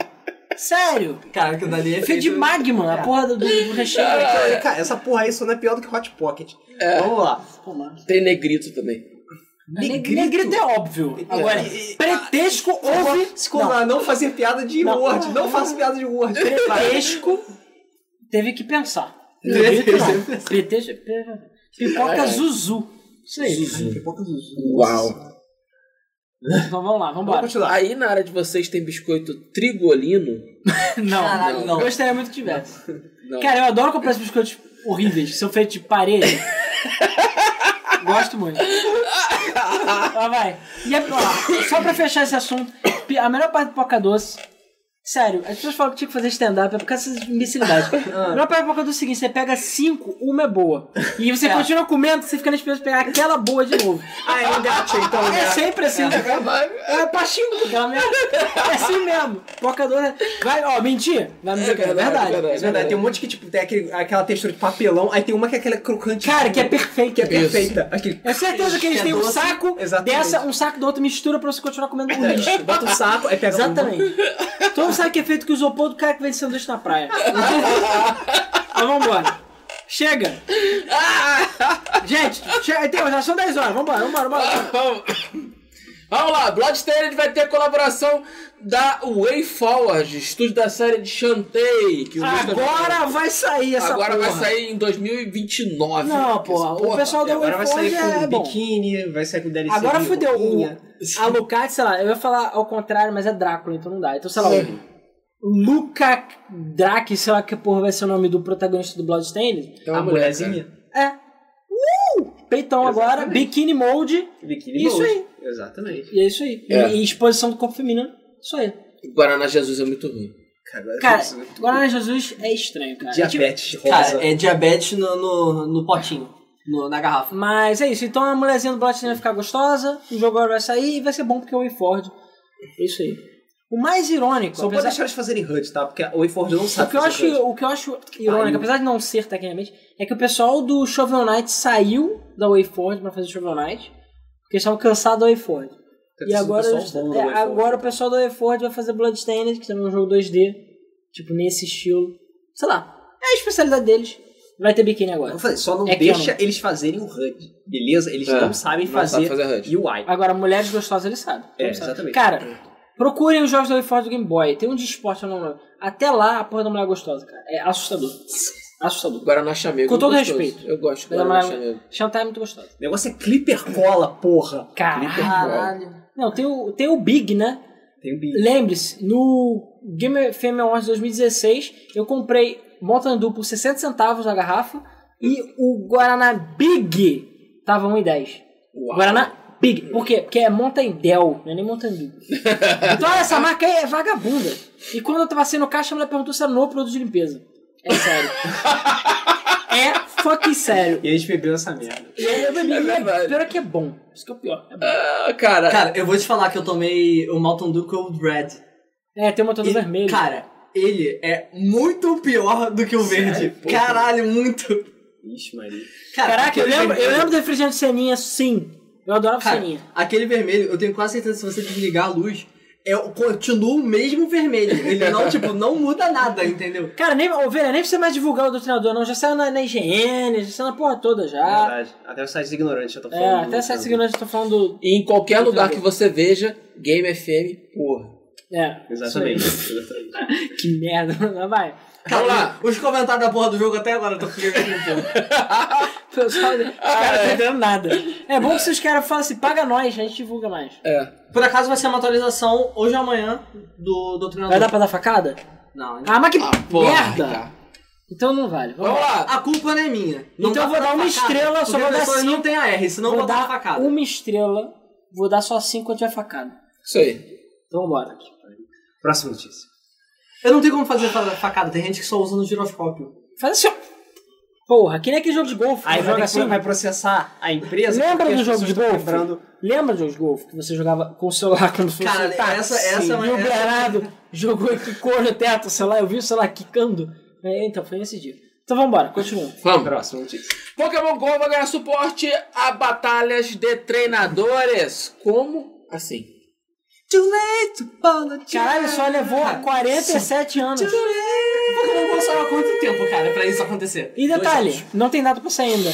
Sério. Cara, que dali é Feito feito... de magma, a porra do, do é recheio. Cara, cara, essa porra aí só não é pior do que Hot Pocket. Vamos lá. Pô, mano. Tem negrito também. Negrito. Negrito é óbvio. Agora, pretexto houve. Se combinar, não fazer piada de Não. Word. Não faça piada de [LAUGHS] Word. Pretexto teve que pensar. Negrito não. Pretexto. Pipoca Zuzu. Isso aí. né? Uau. Então vamos lá, vamos Vamos embora. continuar. Aí na área de vocês tem biscoito trigolino. Não, Caralho, não. Gostaria muito que tivesse. Não. Cara, eu adoro comprar esses biscoitos horríveis, que são feitos de parede. Gosto muito. Lá vai. E é, ó, só pra fechar esse assunto, pi- a melhor parte do Poca Doce. Sério, as pessoas falam que tinha que fazer stand-up é por causa dessas imbecilidades. A melhor parte do Poca Doce é o seguinte: você pega cinco, uma é boa. E você continua comendo, você fica na esperança de pegar aquela boa de novo. Ainda então, É sempre assim. É pachinko, aquela merda. É assim mesmo. Pocadora. Vai, ó, mentir. Vai me dizer que é verdade. É verdade, tem um monte que tipo, tem aquele- aquela textura de papelão, aí tem uma que é aquela crocante. Cara, que é perfeito. que é perfeita. Aquele... É certeza que eles têm um doce. saco Exatamente. dessa, um saco do outro, mistura pra você continuar comendo o lixo. Bota o saco, aí pega Exatamente. Todo mundo sabe que é feito com isopor do cara que vende sanduíche na praia. Mas vambora. Chega. Gente, chega. Então, já são 10 horas. Vambora, vambora, vambora. Vamos lá, Bloodstained vai ter a colaboração da WayForward, estúdio da série de Shantae. Que o Luiz também- Agora vai sair essa Agora porra. vai sair em 2029. Não, porra, o pessoal da Agora vai sair WayForward com é bom. biquíni, vai sair com DLC. Agora de fudeu. roupinha. O Alucard, sei lá, eu ia falar ao contrário, mas é Drácula, então não dá. tá Então, sei lá, o Luca Drake, sei lá que porra vai ser o nome do protagonista do Bloodstained. Então, A mulherzinha. É. Uh! Peitão agora, biquíni mode, Biquíni Isso Mode. aí. Exatamente. e é isso aí. É. E, e exposição do corpo feminino, isso aí. Guaraná Jesus é muito ruim. Cara, Cara, isso é tudo. Guaraná Jesus é estranho, cara. diabetes rosa. Cara, é diabetes no, no, no potinho, no- na garrafa. Mas é isso, então a mulherzinha do Bloodstained vai ficar gostosa, o jogo agora vai sair e vai ser bom porque é o Wayford. É isso aí. O mais irônico, Só pode apesar- deixar eles fazerem HUD, tá? Porque a Wayford não O sabe que, eu fazer acho, HUD. o que eu acho irônico, apesar de não ser tecnicamente, é que o pessoal do Shovel Knight saiu da Wayford pra fazer Shovel Knight, porque eles estavam cansados da Wayford. Deve E ter sido agora, assim, pessoal eles- bom da é, Wayford. agora o pessoal da Wayford vai fazer Bloodstained, que também é um jogo 2D, tipo nesse estilo. Sei lá, é a especialidade deles. Vai ter biquíni agora. Eu falei, só não É que eu deixa eles fazerem o HUD, beleza? Eles É, não sabem não sabe fazer, fazer HUD. UI. Agora, mulheres gostosas ele sabe. É, Ele sabe. exatamente. Cara, procurem os jogos da Wayford do Game Boy. Tem um de esporte, eu não lembro. Até lá, a porra da mulher gostosa, cara. É assustador. Assustador. Guaraná Chamego. Com é todo gostoso. respeito. Eu gosto de Mas a Guaraná mulher... Chamego. Chantar é muito gostosa. O negócio é clipper cola, porra. Caralho. Não, tem o, tem o Big, né? Tem um bicho. Lembre-se, no Game FM Awards 2016, eu comprei Montandu por 60 centavos na garrafa e o Guaraná Big tava 1,10. Uau. Guaraná Big. Por quê? Porque é Montandel, não é nem Montandu. então essa marca aí é vagabunda. E quando eu tava sendo caixa, a mulher perguntou se era novo produto de limpeza. É sério. é fucking sério. E a gente bebeu essa merda. E aí eu bebi, É e verdade. é pior é que é bom. Isso que é o pior. É bom. Ah, cara, Cara, eu vou te falar que eu tomei o Mountain Dew Cold Red. É, tem um motor E, vermelho. Cara, ele é muito pior do que o verde. Pô, Caralho, muito. Ixi, Maria. Cara, Caraca, eu aquele lembro, eu vermelho- lembro do refrigerante Seninha, sim. Eu adorava Cara, Seninha. aquele vermelho, eu tenho quase certeza que se você desligar a luz, é, o- continua o mesmo vermelho. Ele não, tipo, não muda nada, entendeu? Cara, nem, ô, Vera, nem precisa mais divulgar o doutrinador, não. Já saiu na, na IGN, já saiu na porra toda já. É Verdade. Até os sites ignorantes já estão Ah. É, falando. até essa segurança eu tô falando do. e em qualquer Muito lugar bom. que você veja, Game FM, porra. É. Exatamente. isso Exatamente. aí. Que merda, [LAUGHS] mas vai. Cara, Vamos lá. os comentários da porra do jogo até agora eu tô ficando com então. O pessoal- Os caras não entendendo nada. É bom que se os caras falam assim, paga nós, a gente divulga mais. É. Por acaso vai ser uma atualização hoje ou amanhã do Doutrinador. Vai dar pra dar facada? Não, ainda- Ah, mas que Porra, merda! cara. Então não vale. Vamos Vamos lá. lá. a culpa não é minha. Não Então eu vou pra dar uma facada, estrela, só porque vou dar as pessoas cinco. não tem a R, senão eu vou vou dar dar um. facada. uma estrela, vou dar só cinco quando tiver facada. Isso aí. Então vambora. Próxima notícia. Eu não tenho como fazer fa- facada, tem gente que só usa no giroscópio. Faz assim, ó. Porra, que nem aquele jogo de golfe. Aí que vai, joga ter que- assim. vai processar a empresa. Lembra porque do as jogo pessoas de estão golfe? quebrando- Lembra do jogo de golfe que você jogava com o celular quando fosse Cara, um táxi? essa- essa é uma- E o essa- Bernardo jogou e quicou no teto, sei lá, eu vi, sei lá, quicando. É, então, foi nesse dia. Então vambora, continua. Vamos. Próxima notícia. Pokémon GO vai ganhar suporte a batalhas de treinadores. Como? Assim. Too late to apologize. Caralho, só levou 47 anos. Pokémon Go saiu há quanto tempo, cara, pra isso acontecer? E Dois detalhe, anos. não tem data pra sair ainda.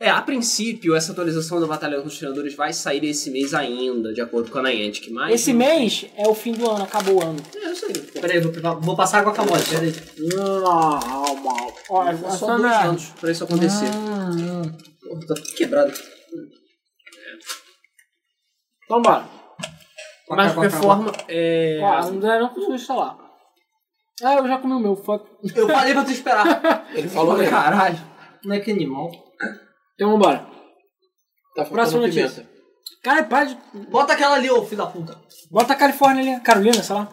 É, a princípio, essa atualização da Batalhão dos Treinadores vai sair esse mês ainda, de acordo com a Niantic. Mas Esse mês é o fim do ano, acabou o ano. É, eu sei. Pô, Peraí, vou, pegar- vou passar água com a mole, peraí. Não, mal. Olha, só Ah, só é. dois na- Ah, anos pra isso acontecer. Pô, tá tudo quebrado. Vambora. Mas de qualquer forma, é... Ah, não dá não consigo instalar. Ah, eu já comi o meu, fuck. Eu falei pra tu esperar. Ele falou mesmo. Caralho. Não é que animal. Então vambora. Tá faltando Próxima pimenta. notícia. Cara, para de... Bota aquela ali, ô filho da puta. Bota a Califórnia ali. Carolina, sei lá.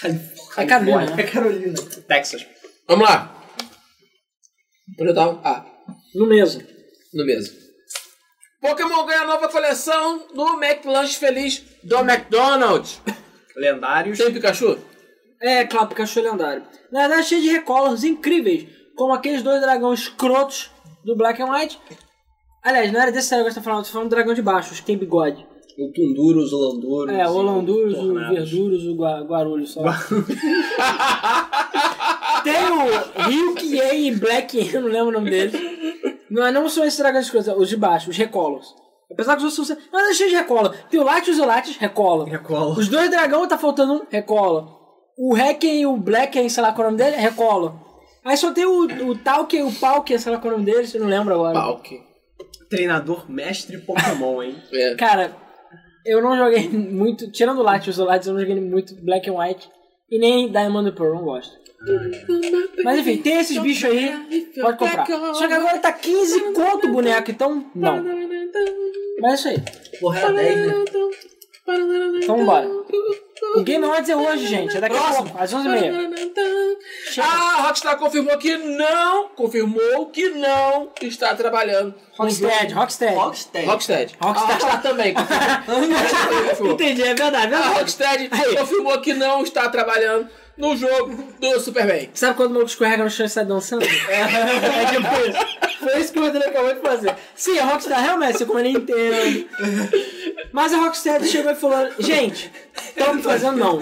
[LAUGHS] É Carolina, né? É Carolina. Texas. Vamos lá. Onde eu tava? Ah, No mesmo. no mesmo. Pokémon ganha nova coleção no McLanche Feliz do McDonald's. Lendários. Tem Pikachu? É, claro, Pikachu é lendário. Na verdade, cheio de recolors incríveis, como aqueles dois dragões escrotos do Black and White. Aliás, não era desse dragão que você tá falando, eu tô falando do dragão de baixo, os que tem bigode. O Tunduros, o Landuros. É, o Holanduros, o Tornados. Verduros, o Gua- Guarulhos, só. [LAUGHS] Tem o [LAUGHS] é Ryukiei e Black, eu não lembro o nome dele. Não, não são esses dragões de coisa, os de baixo, os Recolos. Apesar que os outros são. Não, deixa de recola. Tem o Latios e o Latios, recola. Recola. Os dois dragão, tá faltando um, recola. O Hacken e o Blacken, sei lá qual é o nome dele, recola. Aí só tem o, o Talken e o Palken, sei lá qual é o nome dele, você não lembra agora. Palk. Treinador mestre Pokémon, hein? É. Cara, eu não joguei [LAUGHS] muito. Tirando o Latios e o Latios, eu não joguei muito Black and White. E nem Diamond and Pearl, não gosto. Mas enfim, tem esses bichos aí, pode comprar. Só que agora tá 15 conto o boneco, então não. Mas é isso aí. Porra, era 10, né? Então bora. O Game Awards é hoje, gente. É daqui a pouco, às 11h30. Ah, a Rockstar confirmou que não, confirmou que não está trabalhando. Rockstead, Rockstead. Rocksteady. Rockstead. Rockstar. A Rockstar também. confirmou. [LAUGHS] Entendi, é verdade. A é verdade. Rockstead confirmou que não está trabalhando no jogo do Superman. Sabe quando o maluco escorrega no chão e sai dançando? [LAUGHS] É, depois. Foi isso que o Rodrigo acabou de fazer. Sim, a Rockstar realmente se comendo inteiro. Mas a Rockstar chegou e falou: Gente, estamos fazendo não.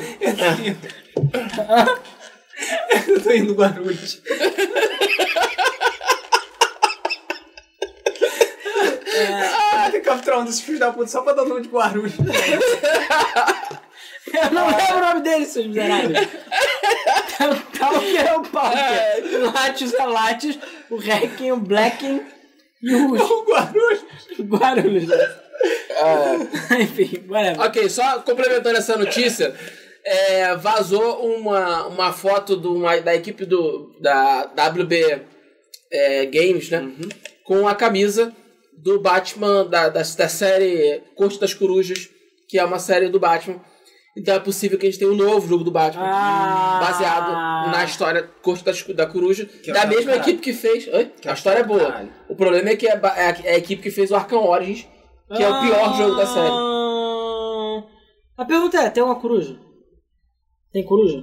Eu tô indo Guarulhos. Ah, tem que capturar um desses filhos da puta só pra dar nome de Guarulhos. Eu não lembro o nome dele, seus miseráveis. Tal que é o Palker. Lattes é Lattes, o Requiem, o Blacking e o O Guarulhos. Guarulhos. né? [LAUGHS] Enfim, whatever. Ok, só complementando essa notícia, é, vazou uma, uma foto de uma- da equipe do, da WB é, Games, né? Com a camisa do Batman, da, da, da série Corte das Corujas, que é uma série do Batman. Então é possível que a gente tenha um novo jogo do Batman, Ah. baseado na história Corte das, da Coruja, Que é da legal mesma pra caralho. equipe que fez. Oi? Que a história é boa. caralho. O problema é que é, ba- é a, é a equipe que fez o Arkham Origins, que é o pior jogo da série. Ah! A pergunta é: tem uma coruja? Tem coruja?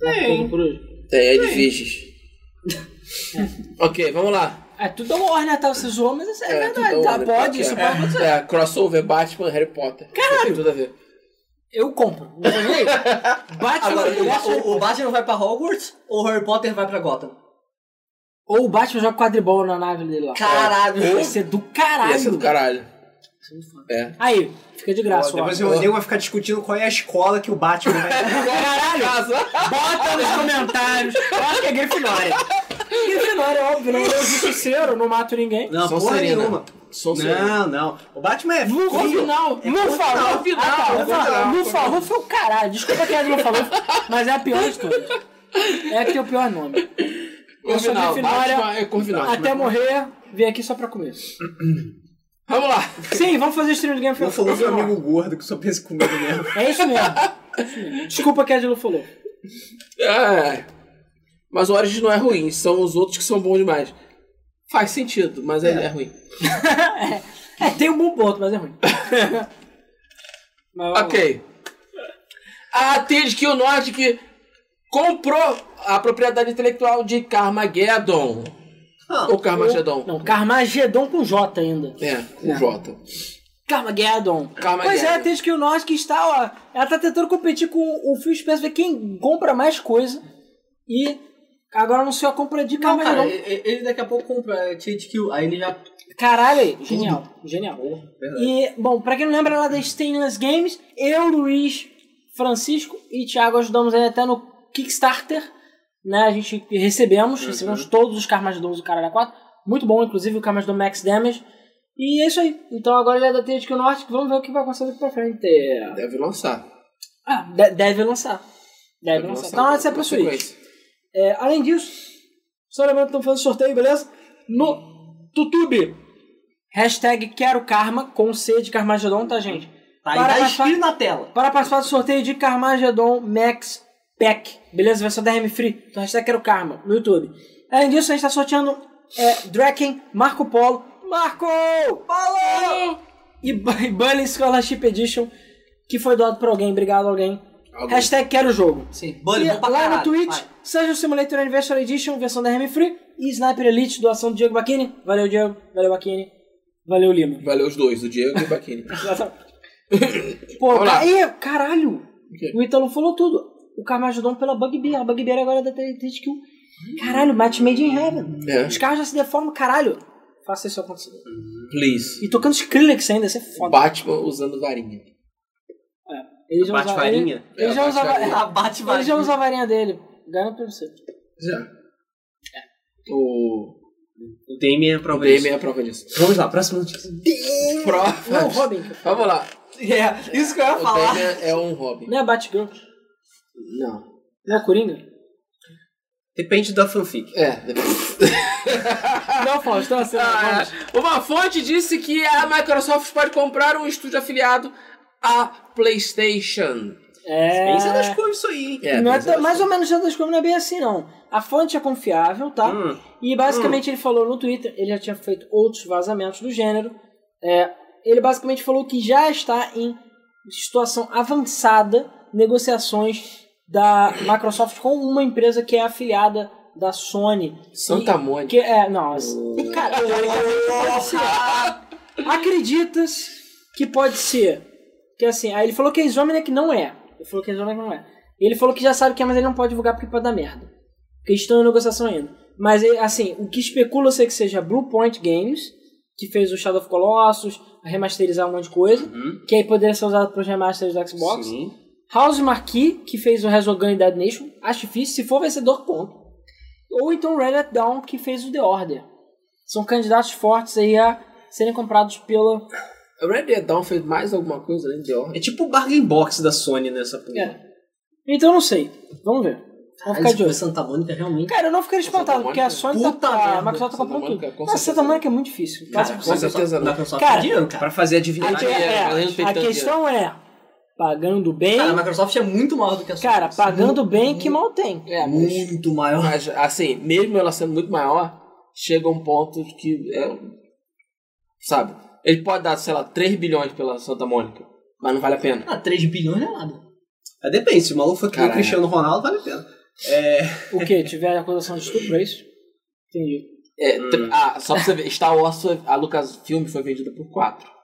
Tem. coruja? Tem, é de virgens. ok, vamos lá. É, tudo é uma ordem, né? tá? Você zoou, mas isso é, verdade. tudo Tá, olha, pode, porque isso é, pode acontecer. É, crossover, Batman, Harry Potter. Caralho! Tem tudo a ver. Eu compro. Não [LAUGHS] tem jeito. Batman Agora, eu gosto- o, o, o Batman vai pra Hogwarts ou o Harry Potter vai pra Gotham? Ou o Batman joga quadribol na nave dele lá. É. Caralho. Vai ser do caralho. Esse é do caralho. É. Aí, fica de graça, ó. Depois o Diego vai ficar discutindo qual é a escola que o Batman é. vai... [LAUGHS] Caralho! Casa. Bota nos comentários. Eu acho que é Grifinória. Grifinória, óbvio. Não eu justiceiro, não mato ninguém. Não, porra Sonserina. nenhuma. Sonserina. Não, não. O Batman é No frio. final, É no final, falou, final, tá, no falou, final. no falou foi o caralho. Desculpa quem é não falou, mas é a pior de todas. É que tem o pior nome. Eu sou Corvinal. Grifinória. Batman é Corvinal. Até morrer, vim aqui só pra comer. Vamos lá. Sim, vamos fazer stream de Game Não of falou Thrones. seu amigo gordo que só pensa em comida mesmo. É isso mesmo. É isso mesmo. Desculpa que a Angelo falou. É. Mas o Origins não é ruim, são os outros que são bons demais. Faz sentido, mas é, é ruim. É, tem um bom ponto, mas é ruim. Mas, Ok. A THQ Nordic comprou a propriedade intelectual de Carmageddon. Ah. Ou Carmageddon. Não, Carmageddon com J ainda. É, com J. Carmageddon. Carmageddon. Pois é, tem que o Norte que está, ó. Ela tá tentando competir com o Phil Spencer, ver quem compra mais coisa. E agora anunciou a compra de Não, cara, Carmageddon. ele ele daqui a pouco compra é THQ, aí ele já... tá Caralho, aí, genial. Genial. E, bom, pra quem não lembra, ela é da Stainless Games, eu, Luiz, Francisco e Thiago ajudamos aí até no Kickstarter, né? A gente recebemos, recebemos todos os Carmageddons do Caralho 4. Muito bom, inclusive o Carmageddon Max Damage. E é isso aí. Então agora ele é da THQ Norte, vamos ver o que vai acontecer daqui pra frente. Deve lançar. Ah, de- deve lançar. Deve, Deve lançar. lançar. Tá na hora de sair pra Switch. Sequência. É, além disso, só lembrando que estamos fazendo sorteio, beleza? No YouTube. Hashtag quero karma com C de Carmageddon, tá, gente? Tá, aí Para tá passar- escrito na tela. Para participar do sorteio de Carmageddon Max Pack, beleza? Versão da RM Free. Então, hashtag quero karma no YouTube. Além disso, a gente tá sorteando é, Draken, Marco Polo, Marco! Polo! E, Bu- e Bunny Scholarship Edition, que foi doado pra alguém. Obrigado, alguém. Alguém. Hashtag quero jogo. Sim, E Bully, lá bom pra no caralho, Twitch, vai. seja o Simulator Anniversary Edition, versão da RM Free, e Sniper Elite, doação do Diego Bacchini. Valeu, Diego. Valeu, Bacchini. [COUGHS] Valeu, Lima. Valeu os dois, o Diego e o Baquini. Pô, Vamos lá. aí, caralho! quê? O Ítalo falou tudo. O Carmageddon pela Bugbear. A Bugbear agora é da THQ. Caralho, match made in heaven. É. Os carros já se deformam, caralho. Faça isso acontecer. Please. E tocando Skrillex ainda, isso é foda. Batman usando varinha. Ele já Bate usa- varinha. Ele, ele É, já bate usa varinha. varinha. Abate [LAUGHS] Ele já varinha. usa a varinha dele. Garanto pra você. Já. O O Damien é pra Damien é a prova disso. Vamos lá, próxima notícia. É. Prova. Não, Robin. cara. Vamos lá. É, isso que eu ia O falar. Damien é um Robin. Não é Batgirl. Não. Não é Coringa. Depende da fanfic. É. Não, Faustão, você não Ah, vamos. uma fonte disse que a Microsoft pode comprar um estúdio afiliado à PlayStation. É. Pensa nas coisas isso aí, hein? É, não é pensa tão- mais ou menos das coisas não é bem assim, não. A fonte é confiável, tá? Hum. E basicamente ele falou no Twitter, ele já tinha feito outros vazamentos do gênero. é, ele basicamente falou que já está em situação avançada negociações da Microsoft com uma empresa que é afiliada da Sony. Santa Mônica. Que é, não, cara, pode ser. acreditas que pode ser. Que assim, aí ele falou que a Insomniac não é. Ele falou que a Insomniac não é. Ele falou que já sabe que é, mas ele não pode divulgar porque pode dar merda. Porque estão em negociação ainda. Mas ele, assim, o que especula ser que seja Blue Point Games, que fez o Shadow of Colossus, remasterizar um monte de coisa, que aí poderia ser usado para os remasters do Xbox. Sim. House Marquis, que fez o Resogun e Dead Nation. Acho difícil. Se for vencedor, conto. Ou então Red Dead Dawn, que fez o The Order. São candidatos fortes aí a serem comprados pela... O Red Dead Dawn fez mais alguma coisa além de ordem? É tipo o bargain box da Sony né? nessa porra. É. Então não sei. Vamos ver. Vamos ficar de olho. Santa Mônica realmente. Cara, eu não ficaria espantado, porque a Mônica, Sony puta tá... A merda. Microsoft Santa tá comprando Mônica, tudo. com Nossa, Santa certeza. Mônica é muito difícil. Cara, com certeza não. Microsoft Cara, é tem dinheiro, cara. Pra fazer a a, divindade. Aqui é- é, ela não tem a tanto questão é... Pagando bem... Cara, a Microsoft é muito maior do que a Sony. Cara, pagando bem, que mal tem. É, mas, Muito maior. mas, assim, mesmo ela sendo muito maior, chega um ponto de que é, sabe? Ele pode dar, sei lá, 3 bilhões pela Santa Mônica, mas não vale a pena. Ah, 3 bilhões não é nada. Ah, Depende, se o maluco for que nem o Caralho. Cristiano Ronaldo, vale a pena. O quê? Tiver acusação de estupro, é isso? Entendi. É, tr- ah, só pra você ver, Star Wars, foi- a Lucasfilm foi vendida por 4.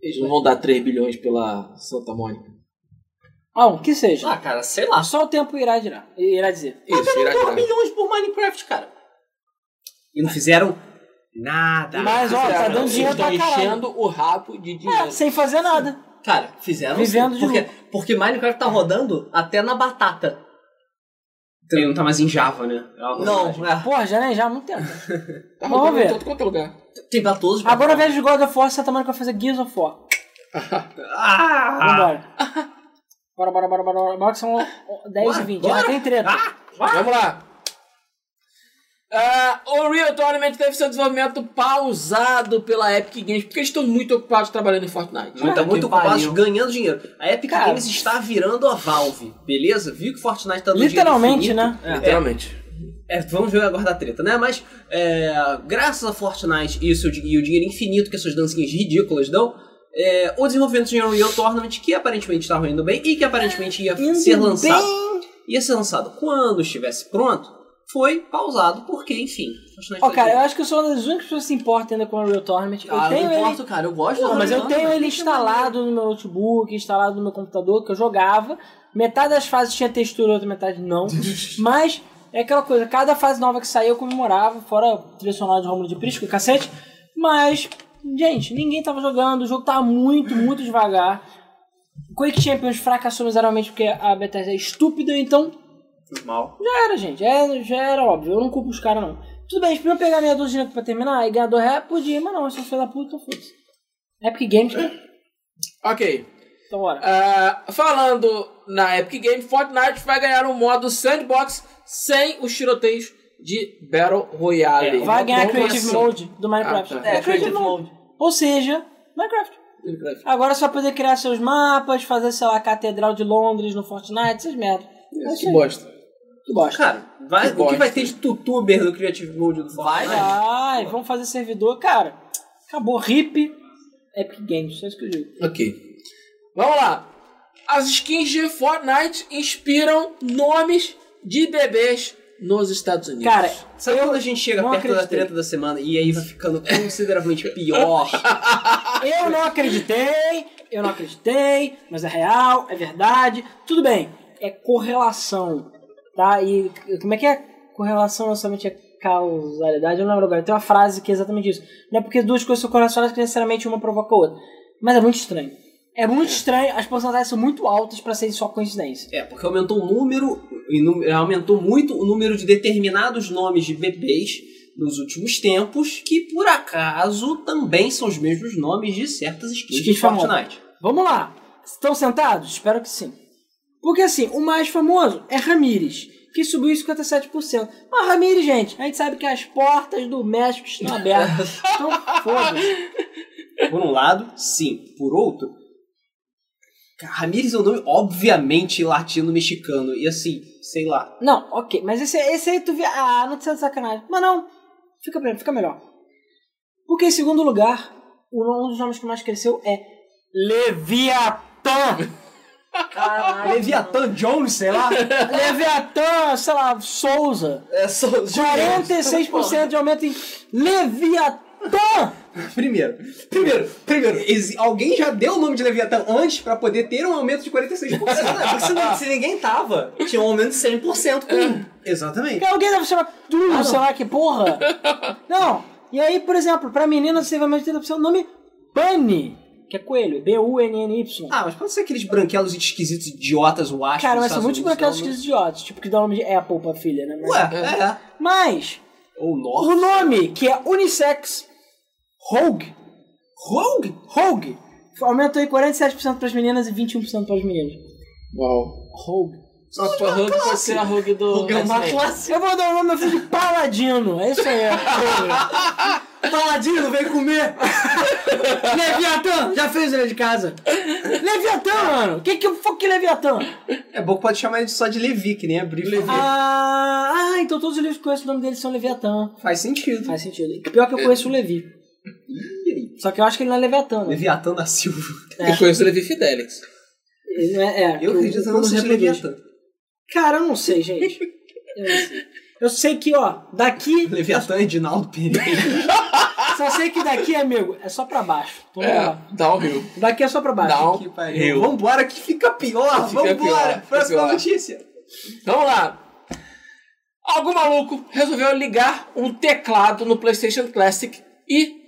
Eles não vão dar 3 bilhões pela Santa Mônica. Ah, o que seja. Ah, cara, sei lá. Só o tempo irá dirá, irá dizer. Isso, irá Porra, milhões por Minecraft, cara. E não fizeram nada. Mas, ó, tá dando Eles dinheiro estão pra caralho. enchendo o rabo de dinheiro. É, sem fazer nada. Cara, fizeram Vivendo sim, de porque, porque Minecraft tá rodando até na batata. Então, ele não tá mais em Java, né? É uma vantagem. Não, é, Porra, já nem já há muito tempo. Tá Vamos rodando em ver. todo quanto é lugar. tem pra todos. Agora, ao invés de God of War, Santa Mônica vai fazer Gears of War. Ah! Vambora. Bora, bora, bora, bora, bora, bora, que são 10 e 20. Já tem treta. Vamos lá. Ah, o Real Tournament teve seu desenvolvimento pausado pela Epic Games, porque eles estão muito ocupados trabalhando em Fortnite. Muito, Cara, tá muito Ah, que ocupado pariu. ganhando dinheiro. A Epic Cara. Games está virando a Valve, beleza? Viu que Fortnite tá dando dinheiro Literalmente, infinito. né? É. Literalmente. É, vamos ver agora da treta, né? Mas, é, graças a Fortnite e o, seu, di- e o dinheiro infinito que essas dancinhas ridículas dão, é, o desenvolvimento de Unreal Tournament, que aparentemente estava indo bem e que aparentemente ia Indo ser lançado. Ia ser lançado quando estivesse pronto, foi pausado, porque, enfim. Fortnite Ó, tá cara, eu indo acho que eu sou uma das únicas pessoas que se importa ainda com o Unreal Tournament. Eu Ah, eu tenho não ele importo, cara. Eu gosto. Não, mas eu não, tenho cara. ele instalado no meu notebook, instalado no meu computador, que eu jogava. Metade das fases tinha textura, outra metade não. mas é aquela coisa, cada fase nova que saía eu comemorava, fora trilha sonora de Romulo de Prisco e cacete. Mas, gente, ninguém tava jogando, o jogo tava muito, muito devagar. Quake Champions fracassou miseravelmente porque a Bethesda é estúpida, então Mal. já era, gente. É, já era óbvio. Eu não culpo os caras, não. Tudo bem, eles podiam pegar meia dúzia de nego pra terminar e ganhar do ré, podia, mas não, esse filho da puta, foda-se. Epic Games, né? Ok. Então bora. Ah, falando na Epic Games, Fortnite vai ganhar um modo sandbox sem os tiroteios de Battle Royale. É, Vai ganhar Como Creative assim? Mode do Minecraft. Ah, tá. É, Creative Mode. Ou seja, Minecraft. Agora é só poder criar seus mapas, fazer, sei lá, a Catedral de Londres no Fortnite, essas merda. É isso Que aí. bosta. Que bosta. Cara, vai- Que o que bosta. vai ter de tutuber no Creative Mode do Fortnite? Ai, vamos fazer servidor. Cara, acabou. RIP Epic Games, só isso que eu digo. Ok. Vamos lá. As skins de Fortnite inspiram nomes de bebês nos Estados Unidos. Cara, Sabe quando a gente chega não perto da acreditei. treta da semana e aí vai ficando consideravelmente [LAUGHS] pior? Eu não acreditei, eu não acreditei, mas é real, é verdade. Tudo bem, é correlação, tá? E como é que é correlação não somente é causalidade, eu não lembro agora. Tem uma frase que é exatamente isso. Não é porque duas coisas são correlacionadas que necessariamente uma provoca a outra. Mas é muito estranho. É muito estranho, as porcentagens são muito altas pra serem só coincidência. É, porque aumentou o número, e nu- aumentou muito o número de determinados nomes de bebês nos últimos tempos, que por acaso também são os mesmos nomes de certas skins Skins de Fortnite. Vamos lá. Estão sentados? Espero que sim. Porque assim, o mais famoso é Ramires, que subiu em 57%. Mas Ramires, gente, a gente sabe que as portas do México estão abertas. então, foda-se. Por um lado, sim. Por outro, Ramírez é um nome obviamente latino-mexicano. E assim, sei lá. Não, ok. Mas esse, esse aí tu via. Ah, não tá sendo sacanagem. Mas não. Fica, pra- fica melhor. Porque em segundo lugar, o no- um dos nomes que mais cresceu é Leviatã. Caralho. Leviathan Jones, sei lá. Leviatã, sei lá, Souza. É só 46% de aumento em Leviatã. Primeiro, primeiro, primeiro, exi- alguém já deu o nome de Leviatã antes pra poder ter um aumento de 46%. Porque se, não- se ninguém tava, tinha um aumento de 100% com. É, um. Exatamente. Porque alguém deve chamar Tuno, Ah, sei lá [LAUGHS] que porra. Não. E aí, por exemplo, pra menina você vai mais de 30% o nome Bunny, que é coelho, B-U-N-N-Y. Ah, mas pode ser aqueles branquelos esquisitos, idiotas, o asco. Ah, Cara, dos mas são Estados muitos Unidos, branquelos não, esquisitos idiotas, tipo que dá o nome de Apple pra filha, né? não. Mas, Ué, é. mas Ou North. o nome que é unissex, Rogue, Rogue? Rogue, aumentou aí 47% pras meninas e 21% pras meninos. Uau. Rogue. Só que a Rogue pode ser a Rogue do. Rogue é uma Resident. classe. Eu vou dar o nome meu filho de Paladino, é isso aí. [LAUGHS] é Rogue. Paladino, vem comer! Leviatã, já fez ele de casa. Leviatã, mano, que que foi que Leviatã? É bom que pode chamar ele só de Levi, que nem é né? abrir Levi. Ah, ah, então todos os livros que eu conheço o nome dele são Leviatã. Faz sentido. Faz sentido. E Pior que eu conheço o Levi. Só que eu acho que ele não é Leviatã, né? Leviatã da Silva. Eu conheço o Levi Fidelix. Ele não é, é, Eu que o- acredito que quando não seja reproduz. Leviatã. Cara, eu não sei, gente. Eu não sei. Eu sei que, ó, daqui. Leviatã é Dinaldo Pereira. Só sei que daqui, amigo, é só pra baixo. Então, vamos lá. É, downhill. Daqui é só pra baixo. Down. que pariu. Vambora que fica pior. Fica Vambora. pior, fica Próxima pior. notícia. Vamos lá. Algum maluco resolveu ligar um teclado no PlayStation Classic e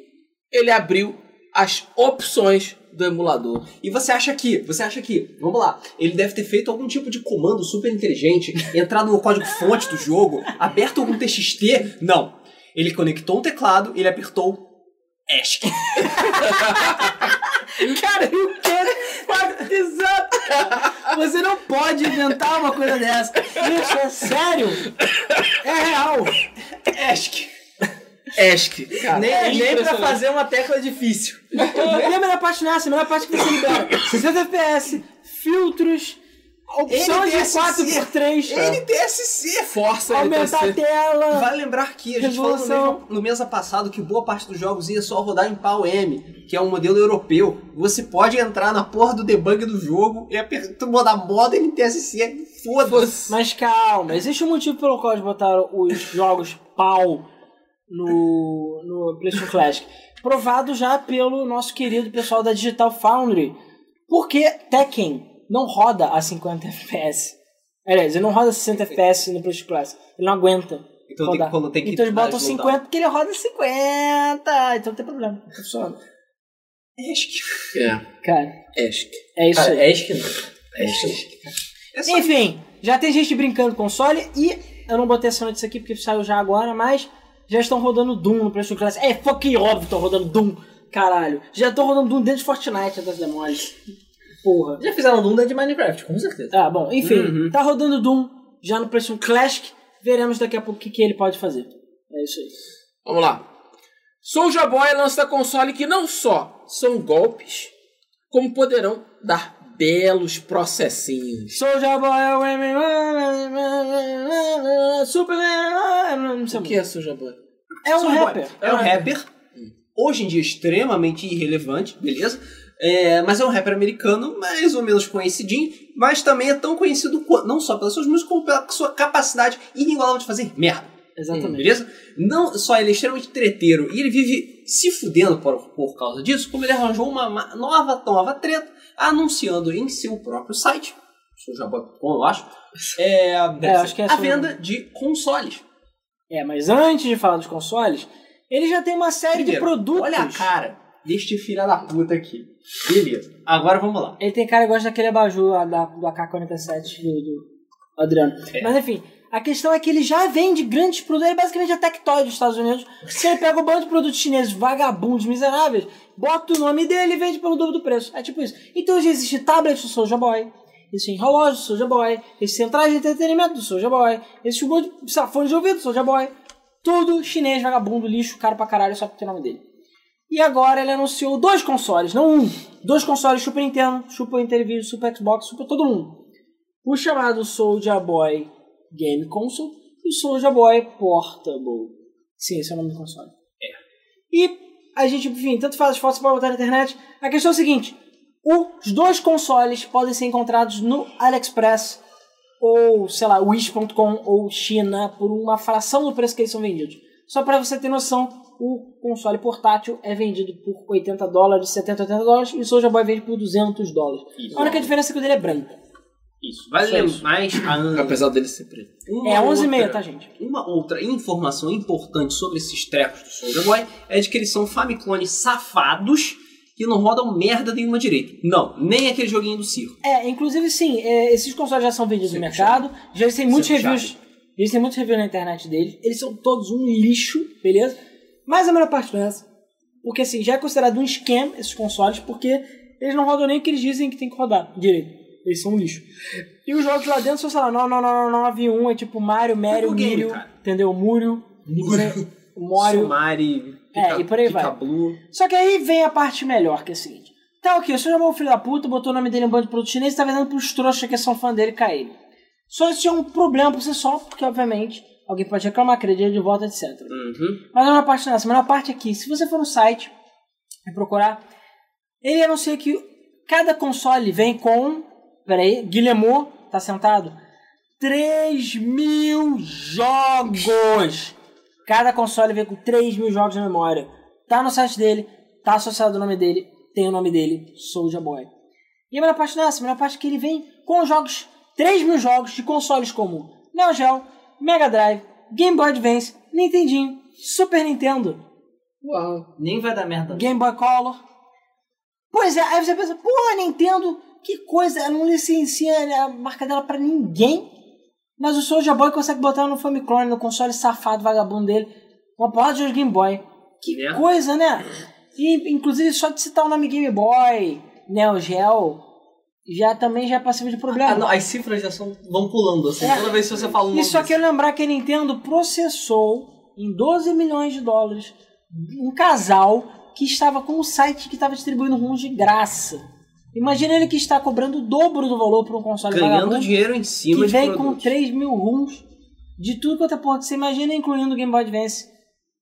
ele abriu as opções do emulador. E você acha que, você acha que, vamos lá, ele deve ter feito algum tipo de comando super inteligente, entrado no código fonte do jogo, aberto algum TXT? Não. Ele conectou um teclado, ele apertou ESC. Cara, eu quero batizar. Você não pode inventar uma coisa dessa. Isso é sério. É real. ESC. ESC. Cara, é Nem, nem pra impressionante. fazer uma tecla difícil. E a melhor parte não é essa. A melhor parte é que você libera 60 FPS, filtros, opções de NTSC. 4x3, NTSC. Força aumentar a NTC. tela. Vale lembrar que a gente falou no, Resolução. mesmo, no mês passado que boa parte dos jogos ia só rodar em PAL-M, que é um modelo europeu. Você pode entrar na porra do debug do jogo e apertar, mudar moda NTSC, foda-se. Mas calma, existe um motivo pelo qual eles botaram os jogos pau no, no PlayStation Classic. Provado já pelo nosso querido pessoal da Digital Foundry. Porque Tekken não roda a 50 FPS. Aliás, É, ele não roda a 60 FPS no PlayStation Classic. Ele não aguenta. Então rodar. tem que, quando tem que então eles dar botam slowdown. 50 porque ele roda 50. Então não tem problema. Funciona. É, Cara, ESC. é isso aí. ESC não. ESC. É só Enfim, já tem gente brincando com console e eu não botei essa notícia aqui porque saiu já agora, mas já estão rodando Doom no PlayStation Classic. É fucking óbvio que estão rodando Doom, caralho. Já estão rodando Doom dentro de Fortnite das demônios. Porra. Já fizeram Lunda de Minecraft, com certeza. Ah, bom, enfim, tá rodando Doom já no PlayStation Classic. Veremos daqui a pouco o que, que ele pode fazer. É isso aí. Vamos lá. Soulja Boy lança console que não só são golpes, como poderão dar belos processinhos. Soulja Boy, é o Super. Não sei O que é Soulja Boy? É um Soulja Boy. rapper. É um rapper. Hoje em dia extremamente irrelevante, beleza? É, mas é um rapper americano, mais ou menos conhecidinho, mas também é tão conhecido qua- não só pelas suas músicas, como pela sua capacidade inigualável de fazer merda, Exatamente. beleza? Não só ele é extremamente treteiro e ele vive se fudendo por, por causa disso, como ele arranjou uma ma- nova, nova treta, anunciando em seu próprio site, sujaboy.com, eu acho, é, deve É, ser, acho que é a assim. venda de consoles. É, mas antes de falar dos consoles, ele já tem uma série de Primeiro, produtos. Olha a cara deste filho da Tá puta aqui. Beleza. Agora vamos lá. Ele tem cara que gosta daquele abajur lá da, do AK-47 do, do Adriano. Mas enfim, a questão é que ele já vende grandes produtos. Ele basicamente é Tectoy dos Estados Unidos. Se ele pega um bando de produtos chineses vagabundos, miseráveis, bota o nome dele e vende pelo dobro do preço. É tipo isso. Então já existe tablet do Soulja Boy. Existem relógios do Soulja Boy. Existem centrais de entretenimento do Soulja Boy. Existe um monte de safones de ouvido do Soulja Boy. Tudo chinês, vagabundo, lixo, caro pra caralho, só porque tem o nome dele. E agora ele anunciou dois consoles, não um. Dois consoles Super Nintendo, Super Nintendo Video, Super Xbox, Super todo mundo. O chamado Soulja Boy Game Console e o Soulja Boy Portable. Sim, esse é o nome do console. É. E a gente, enfim, tanto faz as fotos para botar na internet. A questão é a seguinte: os dois consoles podem ser encontrados no AliExpress ou, sei lá, Wish.com ou China por uma fração do preço que eles são vendidos. Só para você ter noção, o console portátil é vendido por 80 dólares, 70, 80 dólares e o Soulja Boy vende por 200 dólares. Isso. A única diferença é que o dele é branco. Isso. Vale Só isso. mais a Ana. Apesar dele ser preto. Uma É 11 e meia, outra- tá, gente? Uma outra informação importante sobre esses trecos do Soldier Boy é de que eles são Famiclones safados que não rodam merda nenhuma direito. Não, nem aquele joguinho do circo. É, inclusive sim, é, esses consoles já são vendidos no Sim, mercado, já existem muitos Sim, reviews. Já existem muitos reviews na internet deles, eles são todos um lixo, beleza? Mas a melhor parte não é essa. Porque assim, já é considerado um scam esses consoles, porque eles não rodam nem o que eles dizem que tem que rodar direito. Eles são um lixo. E os jogos lá dentro são, sei lá, 991, é tipo Mario, Mario, videogame, Mírio, cara. entendeu? Múrio, Múrio, Mório. Somari, É, Pica- e por aí vai. Picablu. Só que aí vem a parte melhor, que é a seguinte. Tá ok, o senhor chamou o filho da puta, botou o nome dele em um bando de produto chinês e tá vendendo pros trouxas que são fã dele caírem. Só isso é um problema por si só, porque obviamente alguém pode reclamar, querer dinheiro de volta, etc. Uhum. Mas a melhor parte não é essa. A melhor parte é que, se você for no site e procurar, ele anuncia que cada console vem com. Peraí, Guilhermo, tá sentado? 3 mil jogos! Cada console vem com 3 mil jogos na memória. Tá no site dele, tá associado ao nome dele, tem o nome dele, Soulja Boy. E a melhor parte não é essa, a melhor parte é que ele vem com jogos, 3 mil jogos de consoles como Neo Geo, Mega Drive, Game Boy Advance, Nintendinho, Super Nintendo, Uau. Nem vai dar né? merda. Game Boy Color. Pois é, aí você pensa, porra, Nintendo, que coisa, ela não licencia a marca dela pra ninguém. Mas o Soulja Boy consegue botar no Famiclone, no console safado, vagabundo dele, uma porrada de jogos Game Boy. Que Né? coisa, né? E, inclusive, só de citar o nome Game Boy, Neo Geo, já também já é passível de problema. Ah, não, as cifras já são, vão pulando, assim. É. Toda vez que você fala um E nome só desse. quero lembrar que a Nintendo processou em 12 milhões de dólares um casal que estava com um site que estava distribuindo ROM de graça. Imagina ele que está cobrando o dobro do valor para um console Ganhando vagabundo dinheiro em cima que de vem com produtos. 3 mil ROMs de tudo quanto é porra que você imagina, incluindo Game Boy Advance,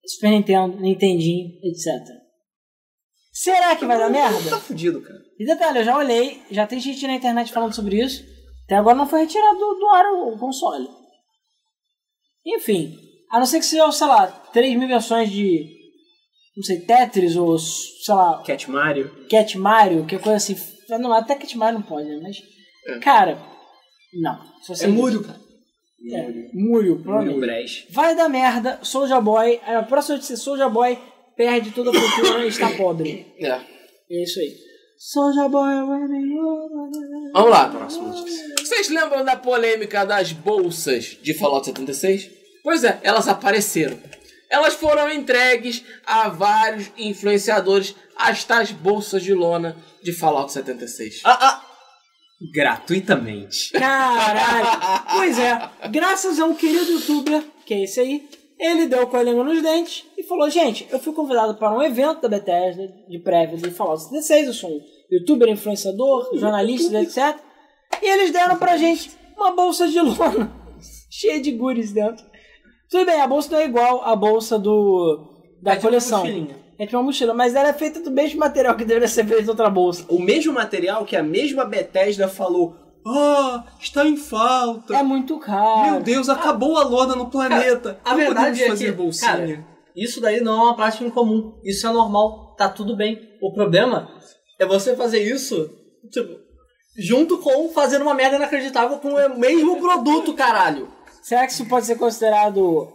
Super Nintendo, Nintendinho, etc. Será que vai dar merda? Tá fudido, cara. E detalhe, eu já olhei, já tem gente na internet falando sobre isso. Até agora não foi retirado do, do ar o, o console. Enfim, a não ser que seja, sei lá, 3 mil versões de, não sei, Tetris ou, sei lá, Cat Mario. Cat Mario, que coisa assim. Não, até Cat Mario não pode, né? Mas, cara, não. Só É sei- Múrio, cara. É, Múrio, provavelmente. Mario Brecht. Vai dar merda, Soulja Boy. A próxima notícia, Soulja Boy perde toda a cultura e está pobre. É. É isso aí. Soulja Boy, when you... Vamos lá. Vocês lembram da polêmica das bolsas de Fallout 76? Pois é, elas apareceram. Elas foram entregues a vários influenciadores, as tais bolsas de lona de Fallout 76. Ah, ah. Gratuitamente. Caralho! pois é, graças a um querido youtuber, que é esse aí, ele deu com a língua nos dentes e falou: gente, eu fui convidado para um evento da Bethesda de prévia de Fallout 76, eu sou um youtuber, influenciador, Uhum. jornalista, etc. E eles deram pra gente uma bolsa de lona [LAUGHS] cheia de guris dentro. Tudo bem, a bolsa não é igual a bolsa do da É tipo uma coleção. mochilinha. é tipo uma mochila, mas ela é feita do mesmo material que deveria ser feita de outra bolsa. O mesmo material que a mesma Bethesda falou. Ah, está em falta. É muito caro. Meu Deus, acabou a lona no planeta. A Não verdade podemos é fazer que, bolsinha. cara, hum, isso daí não é uma prática incomum. Isso é normal, tá tudo bem. O problema é você fazer isso, tipo, junto com fazer uma merda inacreditável com o mesmo produto, caralho. Será que isso pode ser considerado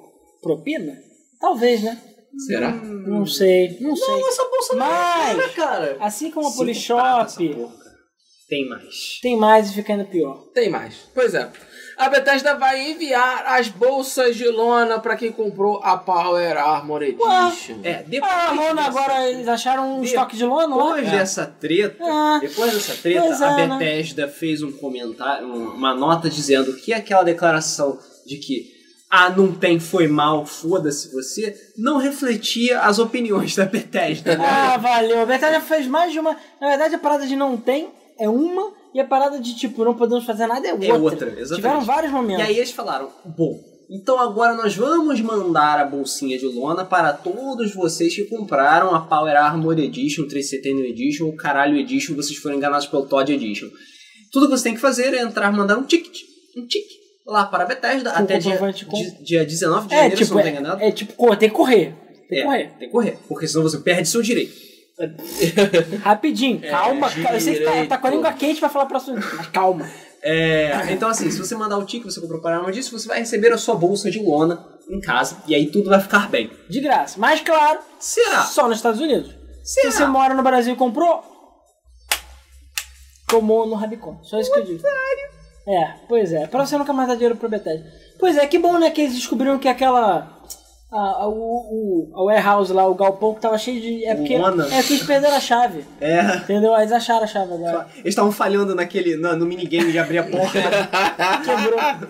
propina? Talvez, né? Será? Não sei, não, sei. Hum. essa bolsa Mas- é cara, cara. Assim como a Cinco pratas tá, essa Polishop, porra. Tem mais. tem mais e fica ainda pior. Tem mais. Pois é. A Bethesda vai enviar as bolsas de lona pra quem comprou a Power Armor Edition. É, depois. Ah, mano, dessa- agora eles acharam um Depois estoque de lona lá? Depois É. dessa treta, Ah, depois dessa treta, pois é, a né? Bethesda fez um comentário, um- uma nota dizendo que aquela declaração de que ah, não tem, foi mal, foda-se você, não refletia as opiniões da Bethesda, né? Ah, valeu. A Bethesda já fez mais de uma. Na verdade, a parada de não tem é uma, e a parada de tipo, não podemos fazer nada é outra. É outra, exatamente. Tiveram vários E momentos. aí eles falaram, bom, então agora nós vamos mandar a bolsinha de lona para todos vocês que compraram a Power Armor Edition, 370 Edition, o caralho Edition, vocês foram enganados pelo Todd Edition. Tudo que você tem que fazer é entrar, mandar um ticket, um ticket, lá para a Bethesda, Com até dia, comprovante com- di- dia 19 de é, janeiro, se tipo, não tá enganado. é, é tipo, cor- tem que correr. Tem que É, correr. tem que correr, porque senão você perde seu direito. É, Rapidinho, calma. direito. cara, eu sei que tá, tá com a língua quente pra falar próximo dia, mas calma. Ah, É, então assim, se você mandar o ticket, você comprou a Power Armor Edition, você vai receber a sua bolsa de lona em casa, e aí tudo vai ficar bem. De graça. Mas claro, Será? só nos Estados Unidos. Será? Se você mora no Brasil e comprou, tomou no Rabicon. Só isso que eu digo. É, pois é. Pra você nunca mais dar dinheiro pro Bethesda. Pois é, que bom, né, que eles descobriram que aquela... A, a- o, o- a warehouse lá, o galpão que tava cheio de... É porque, Lona. é porque eles perderam a chave. É. Entendeu? Aí Eles acharam a chave agora. Eles estavam falhando naquele, no, no minigame de abrir a [LAUGHS] porta. Quebrou,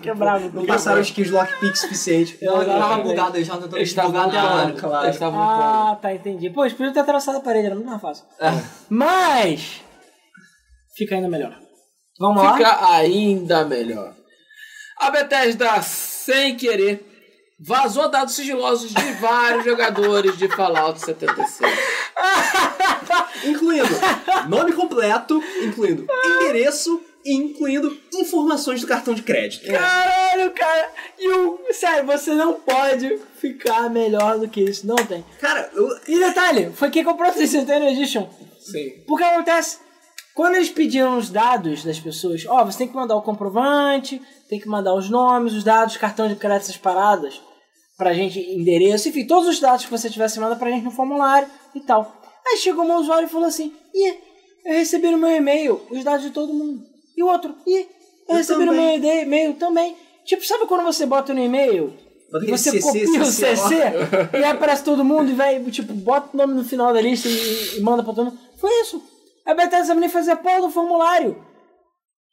[LAUGHS] quebraram. não passaram os kills lockpick suficiente. Ela já tava Exatamente. bugada, eles já tentando Eles estavam desbugar até a hora. voando. claro. Eles estavam voando. Ah, tá, entendi. Pô, eles podiam ter atravessado a parede, era muito mais fácil. É. Mas... Fica ainda melhor. Vamos lá? Fica ainda melhor. A Bethesda, sem querer, vazou dados sigilosos de vários [LAUGHS] jogadores de Fallout 76. Incluindo nome completo, incluindo endereço e incluindo informações do cartão de crédito. Caralho, cara! E o. Sério, você não pode ficar melhor do que isso, não tem. Cara, eu, E detalhe, foi quem comprou o 360 Edition. Sim. Porque acontece, quando eles pediram os dados das pessoas, ó, você tem que mandar o comprovante, tem que mandar os nomes, os dados, cartão de crédito, essas paradas, pra gente, endereço, enfim, todos os dados que você tivesse mandado pra gente no formulário e tal. Aí chegou um usuário e falou assim, ih, eu recebi no meu e-mail os dados de todo mundo. E o outro, ih, eu, Eu recebi no meu também. e- e-mail também. Tipo, sabe quando você bota no e-mail Bota e aquele você CC, copia o CC, CC e aí aparece todo mundo e vai, tipo, bota o nome no final da lista e, e manda pra todo mundo. Foi isso. A Bethesda nem fazer a porra do formulário.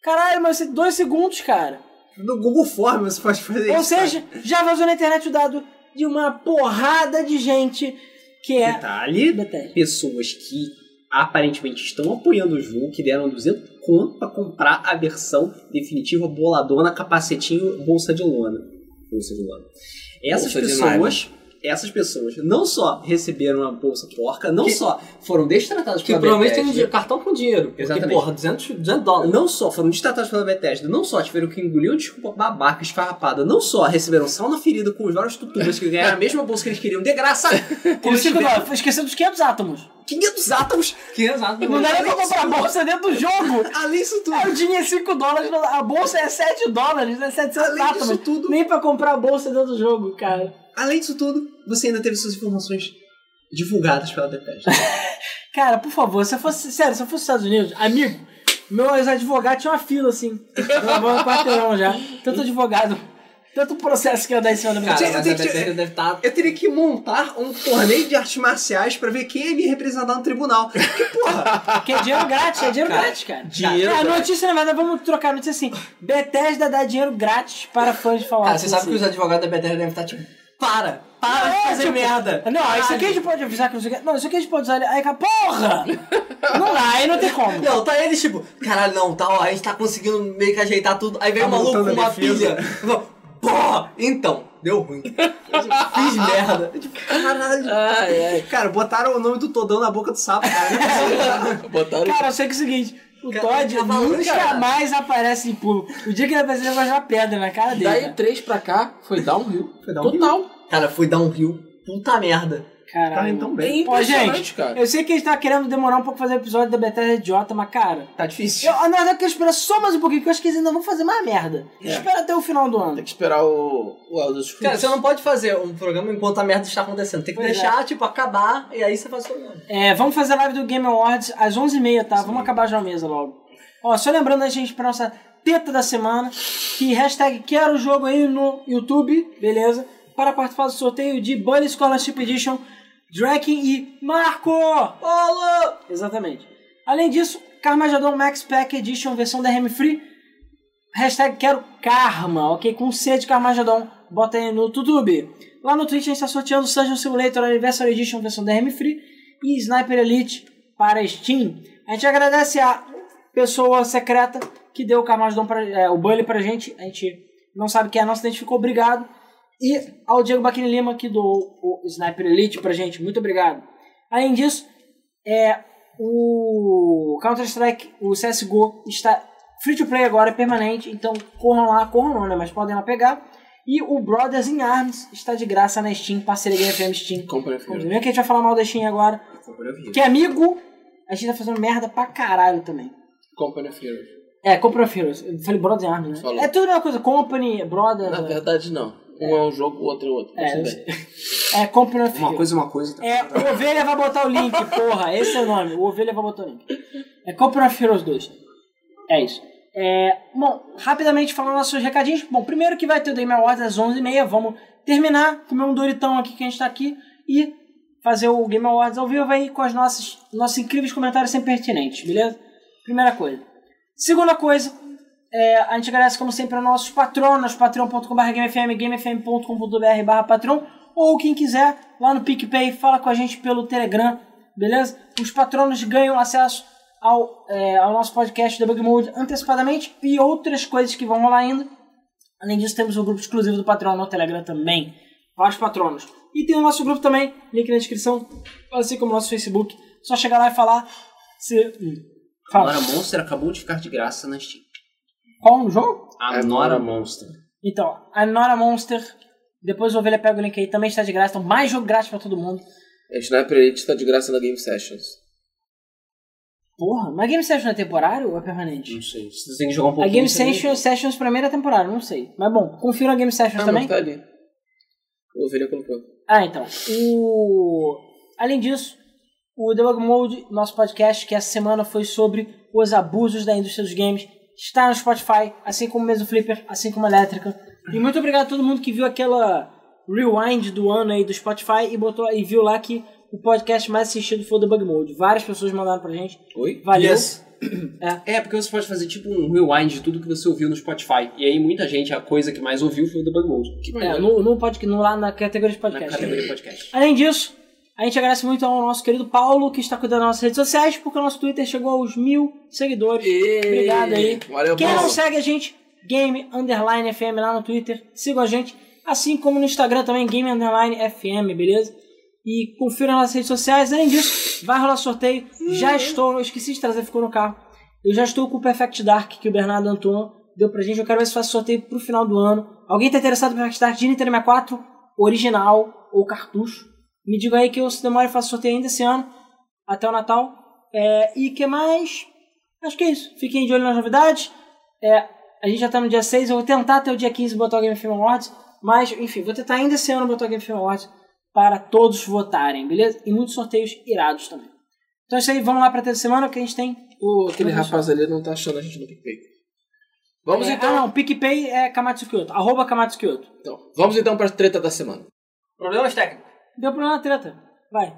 Caralho, mas você- dois segundos, cara. no Google Form você pode fazer Ou isso. tá? cara. seja, já vazou na internet o dado de uma porrada de gente que é. detalhe, Bethesda. pessoas que aparentemente estão apoiando o jogo, que deram 200 conto pra comprar a versão definitiva boladona, capacetinho, bolsa de lona. Bolsa de lona. Essas Bolsa de pessoas... Essas pessoas não só receberam a bolsa porca, não só foram destratadas Que pela provavelmente tem um Bethesda, dinheiro, cartão com dinheiro. Porque, Exatamente. porra, 200, 200 dólares. não só foram destratadas pela Bethesda, não só tiveram que engolir uma desculpa babaca, esfarrapada, não só receberam sal na ferida com os vários tutubas que ganharam a mesma bolsa que eles queriam de [LAUGHS] graça, Como como se cinco tiveram dólares, esquecendo dos 500 átomos. 500 átomos, Que exato. Não dá nem pra comprar a Isso. bolsa dentro do jogo. além disso tudo. Aí O dinheiro é 5 dólares, a bolsa é 7 dólares, é 700 Além disso átomos. tudo- Nem pra comprar a bolsa dentro do jogo, cara. Além disso tudo, você ainda teve suas informações divulgadas pela Bethesda. Cara, por favor, se eu fosse. Sério, se eu fosse Estados Unidos, amigo, meus advogados tinham uma fila assim. Gravando quarteirão já. Tanto advogado, tanto processo que ia dar em cima da minha Cara, Gente, mas a tem que- Bethesda deve tá estar... Eu teria que montar um torneio de artes marciais pra ver quem ia me representar no tribunal. Que porra! Porque é dinheiro grátis, é dinheiro Cara, grátis, cara. dinheiro Cara, a grátis. notícia, na verdade, vamos trocar a notícia assim: Bethesda dá dinheiro grátis para fãs de Fallout. Cara, você sabe que os advogados da Bethesda devem estar tipo... Para! Para É, de Ah, fazer tipo, merda! Não, isso aqui Caralho. a gente pode avisar que não sei o que. Não, isso aqui a gente pode usar. Aí, cara, porra! Não dá, aí não tem como. Não, tá eles tipo, caralho, não, tá, ó, a gente tá conseguindo meio que ajeitar tudo. Aí vem Tá um maluco com montando a uma defesa. pilha. Fala, Pô, então, deu ruim. Eu Fiz merda. Eu, Tipo, Caralho! Ai, ai. Cara, botaram o nome do Todão na boca do sapo, cara. Não é possível. Botaram Cara, eu sei que é o seguinte, o Cara, Todd ele tá falando, nunca cara. mais aparece em público. O dia que ele aparecer, ele vai jogar pedra na cara dele. né? Daí cara. três pra cá, foi downhill. Foi um downhill. Total. cara, foi dar um rio, puta merda. Caralho. então É bem. Ó, impressionante, gente, cara. Eu sei que a gente tá querendo demorar um pouco pra fazer o episódio da Bethesda idiota, mas cara. Tá difícil. Eu, na verdade, eu quero esperar só mais um pouquinho, que eu acho que eles ainda vão fazer mais merda. Espera até o final do ano. Tem que esperar o, o Elder Scrolls. Cara, você não pode fazer um programa enquanto a merda está acontecendo. Tem que Pois deixar, tipo, acabar e aí você faz o programa. É, vamos fazer a live do Game Awards às 11h30, tá? Vamos acabar já a mesa logo. Ó, só lembrando a gente pra nossa teta da semana, que hashtag quero o jogo aí no YouTube, beleza? Para participar do sorteio de Bully Scholarship Edition, Draken e Marco! Olá! Exatamente. Além disso, Carmageddon Max Pack Edition, versão DRM Free, Hashtag quero karma, ok? Com C de Carmageddon, bota aí no YouTube. Lá no Twitch a gente está sorteando Sungeon Simulator Anniversary Edition versão DRM Free e Sniper Elite para Steam. A gente agradece a pessoa secreta que deu o Carmageddon, pra, é, o Bully pra gente. A gente não sabe quem é, não se identificou, obrigado. E ao Diego Baquini Lima que doou o Sniper Elite pra gente, muito obrigado. Além disso, é, o Counter-Strike, o CSGO, está free to play agora, permanente, então corram lá, corram não, né? Mas podem lá pegar. E o Brothers in Arms está de graça na Steam, parceria Game FM Steam. Compra, filho. Não é que a gente vai falar mal da Steam agora. É Que é amigo, a gente tá fazendo merda pra caralho também. Company of Heroes. É, Company of Heroes. Eu falei Brothers in Arms, né? Falou. É tudo a mesma coisa. Company, Brothers. Na verdade, não. Um é um jogo, o outro é outro. Mas É, tudo eu bem. É, Company of Uma Heroes. coisa, uma coisa. então. É, o Ovelha vai botar o link, porra. Esse é o nome. O Ovelha vai botar o link. É Company of Heroes 2. É isso. É, bom, rapidamente falando nossos recadinhos. Bom, primeiro que vai ter o Game Awards às 11h30. Vamos terminar, comer um Doritão aqui que a gente tá aqui e fazer o Game Awards ao vivo aí com os nossos, nossos incríveis comentários sempre pertinentes, beleza? Primeira coisa. Segunda coisa, é, a gente agradece como sempre aos nossos patronos, patreon.com.br gamefm, gamefm.com.br barra patron, ou quem quiser, lá no PicPay, fala com a gente pelo Telegram, beleza? Os patronos ganham acesso ao, é, ao nosso podcast Debug Mode antecipadamente e outras coisas que vão rolar ainda. Além disso, temos o grupo exclusivo do Patreon no Telegram também. Vários patronos. E tem o nosso grupo também, link na descrição, assim como o nosso Facebook. Só chegar lá e falar. Se... hum, Fala. Nora Monster acabou de ficar de graça na Steam. Qual o jogo? A Nora Monster. Então, a Nora Monster, depois o Ovelha pega o link aí, também está de graça. Então, mais jogo grátis pra todo mundo. A Sniper Elite tá de graça na Game Sessions. Porra, mas Game Session é temporário ou é permanente? Não sei. Você tem que jogar um A pouquinho. Game você vê. Session, Sessions pra mim era temporário, não sei. Mas bom, confira a Game Sessions Ah, também. mas tá ali. O Ovelha colocou. Ah, então. O... Além disso, o Debug Mode, nosso podcast, que essa semana foi sobre os abusos da indústria dos games, está no Spotify, assim como o Meso Flipper, assim como a Elétrica. E muito obrigado a todo mundo que viu aquela rewind do ano aí do Spotify e botou e viu lá que o podcast mais assistido foi o Debug Mode. Várias pessoas mandaram pra gente. Oi? Valeu. [CLEARS THROAT] Yes. É, porque você pode fazer tipo um rewind de tudo que você ouviu no Spotify. E aí muita gente, a coisa que mais ouviu foi o Debug Mode. Que É, maneiro. no, no podcast, no, lá na categoria de Uhum. Na podcast. categoria podcast. Além disso, a gente agradece muito ao nosso querido Paulo, que está cuidando das nossas redes sociais, porque o nosso Twitter chegou aos mil seguidores. Ê, Obrigado aí. Valeu, Quem não Paulo. segue a gente, Game Underline FM lá no Twitter, sigam a gente. Assim como no Instagram também, Game Underline FM, beleza? E confira nas redes sociais. Além disso, vai rolar sorteio. Já estou, eu esqueci de trazer, ficou no carro. Eu já estou com o Perfect Dark que o Bernardo Antoine deu pra gente. Eu quero ver se faço sorteio pro final do ano. Alguém tá interessado no Perfect Dark de Nintendo 64, original ou cartucho? Me diga aí que eu, se demora, faço sorteio ainda esse ano, até o Natal. É, e que mais? Acho que é isso. Fiquem de olho nas novidades. É, a gente já tá no dia 6, eu vou tentar até o dia 15 botar o Game Film Awards, mas, enfim, vou tentar ainda esse ano botar o Game Film Awards para todos votarem, beleza? E muitos sorteios irados também. Então é isso aí, vamos lá pra terça semana, que a gente tem Pô, aquele rapaz ali não tá achando a gente no PicPay. Vamos É, então. Ah, não, PicPay é Kamatsu Kyoto. Arroba Kamatsu Kyoto. então. Vamos então pra treta da semana. Problemas técnicos. Deu problema na treta. Vai.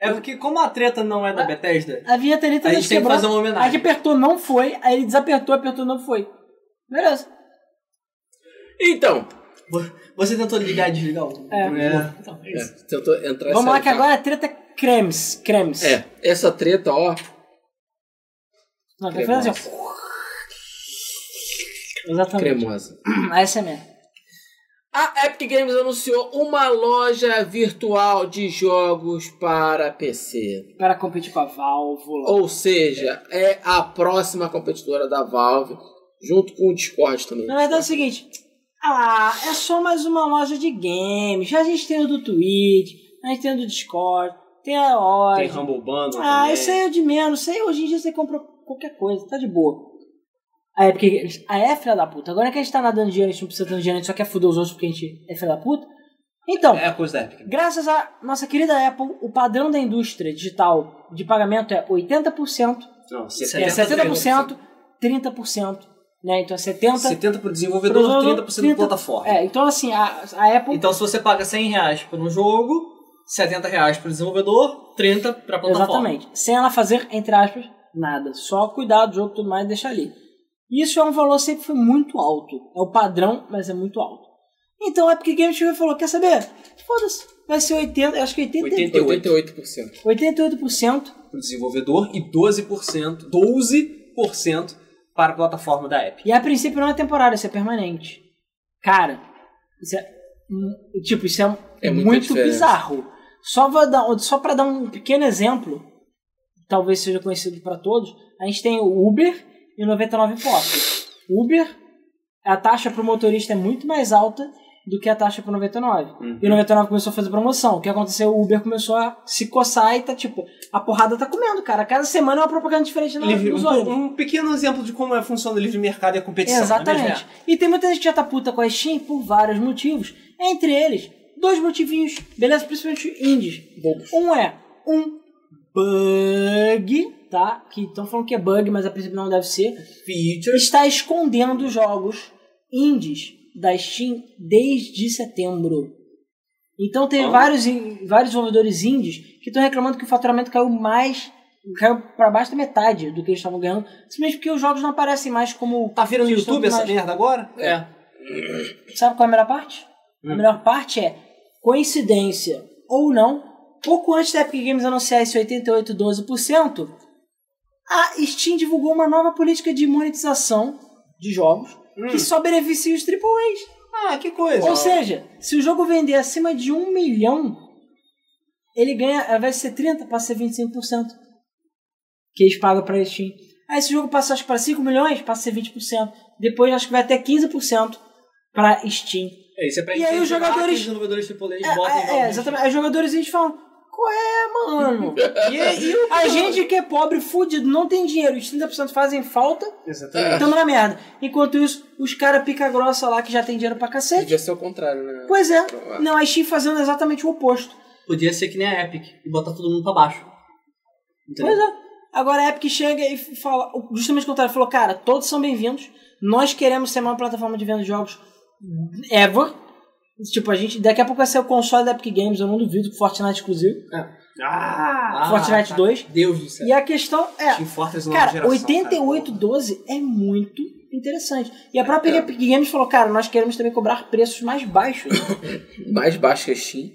É porque como a treta não é da Bethesda, A vinheta ali A também gente tem que quebrou. fazer uma homenagem. A gente apertou, não foi. Aí ele desapertou, apertou, não foi. Beleza. Então. vo- você tentou ligar e desligar o... É. É. Então, é É, isso. tentou entrar e Vamos lá sair, que tá? agora a treta é cremes. Cremes. É, essa treta, ó. Tá Não, tem que fazer assim. ó. Exatamente. [CLEARS THROAT] Cremosa. Essa é mesmo. A Epic Games anunciou uma loja virtual de jogos para PC. Para competir com a válvula. Ou seja, é a próxima competidora da Valve, junto com o Discord também. Na verdade é o seguinte. Ah, é só mais uma loja de games. Já a gente tem o do Twitch, a gente tem o do Discord, tem a Tem Odd. Humble Bundle Ah, também. isso aí é o de menos. Isso aí hoje em dia você compra qualquer coisa, tá de boa. A Epic Games. A é filha da puta. Agora que a gente tá nadando dinheiro, a gente não precisa tanto dinheiro, a gente só quer foder os outros porque a gente é filha da puta. Então, É a coisa da Epic. Graças à nossa querida Apple, o padrão da indústria digital de pagamento é 80%, Não, é 70%, 30%, né? Então é 70%. 70% pro desenvolvedor, 30% pro 30%. plataforma. É, então assim, a, a Apple Então, se você paga 100 reais por um jogo, 70 reais pro desenvolvedor, 30 pra plataforma. Exatamente. Sem ela fazer, entre aspas, nada. Só cuidar do jogo e tudo mais e deixar ali. Isso é um valor que sempre foi muito alto. É o padrão, mas é muito alto. Então a Epic Games chegou e falou: quer saber? Foda-se. Vai ser 80, eu acho que 80, 88%. 88%. Pro desenvolvedor e 12%, 12% para a plataforma da Epic. E a princípio não é temporário, isso é permanente. Cara, isso é. hum, Tipo, isso é, É muita muito diferença. bizarro. Só, vou dar, só pra dar um pequeno exemplo, talvez seja conhecido pra todos, a gente tem o Uber e o 99 Postos. Uber, a taxa pro motorista é muito mais alta do que a taxa pro 99. Uhum. E o 99 começou a fazer promoção. O que aconteceu? O Uber começou a se coçar e tá tipo, a porrada tá comendo, cara. Cada semana é uma propaganda diferente na, Livre- nos um, ônibus. um pequeno exemplo de como é, funciona o livre mercado e a competição. não é Exatamente. mesmo? E tem muita gente que já tá puta com a Steam por vários motivos. Entre eles, dois motivinhos, beleza? Principalmente indies. Um é um bug, tá? Que estão falando que é bug, mas a princípio não deve ser. Features. Está escondendo jogos indies da Steam desde setembro. Então tem vários, in- vários desenvolvedores indies que estão reclamando que o faturamento caiu mais. Caiu pra baixo da metade do que eles estavam ganhando. Simplesmente porque os jogos não aparecem mais como. Tá virando Vocês YouTube estão essa demais. merda agora? É. Sabe qual é a melhor parte? A melhor parte é coincidência ou não. Pouco antes da Epic Games anunciar esse 88, 12%, a Steam divulgou uma nova política de monetização de jogos que só beneficia os AAAs. Ah, que coisa. Ou seja, se o jogo vender acima de um milhão, ele ganha, ao invés de ser 30, passa a ser 25%. Que eles pagam pra Steam. Aí se o jogo passar acho, para 5 milhões, passa a ser 20%. Depois acho que vai até 15% pra Steam. É, isso é pra E aí os incentivar que jogadores- Os desenvolvedores AAA É, botem é, é, jogos. exatamente. Aí os jogadores eles falam, qual é, mano? E, e o- A gente que é pobre, fudido, não tem dinheiro, os 30% fazem falta, Exatamente. tamo na merda. Enquanto isso, os caras pica grossa lá que já tem dinheiro pra cacete, Devia ser o contrário, né? Pois é. Não, a Steam fazendo exatamente o oposto. Podia ser que nem a Epic e botar todo mundo pra baixo. Entendeu? Pois é. Agora a Epic chega e fala, justamente o contrário, falou, cara, todos são bem-vindos, nós queremos ser uma plataforma de venda de jogos ever. Tipo, a gente, daqui a pouco vai ser o console da Epic Games, eu não duvido, Fortnite exclusivo, Ah, tá. Fortnite 2. Deus do céu. E a questão é, Team Fortress nova Cara, geração, 88,12 é muito interessante. E a É. própria Epic Games falou, cara, nós queremos também cobrar preços mais baixos. Mais baixo que a Steam.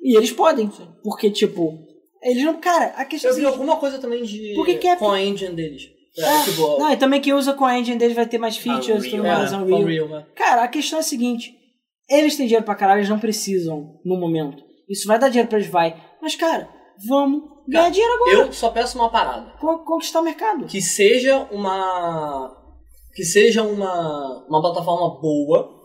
e eles podem, porque, tipo, eles não... Cara, a questão Eu é vi que... alguma coisa também de... Por que que é- Com a engine deles. É, É. tipo... Não, e também quem usa com a engine deles vai ter mais features, tudo é, mais, um Unreal. Unreal, né? Cara, a questão é a seguinte, eles têm dinheiro pra caralho, eles não precisam no momento. Isso vai dar dinheiro pra eles, vai. Mas, cara, vamos ganhar dinheiro agora. Eu só peço uma parada. Con- Conquistar o mercado. que seja uma que seja uma uma plataforma boa,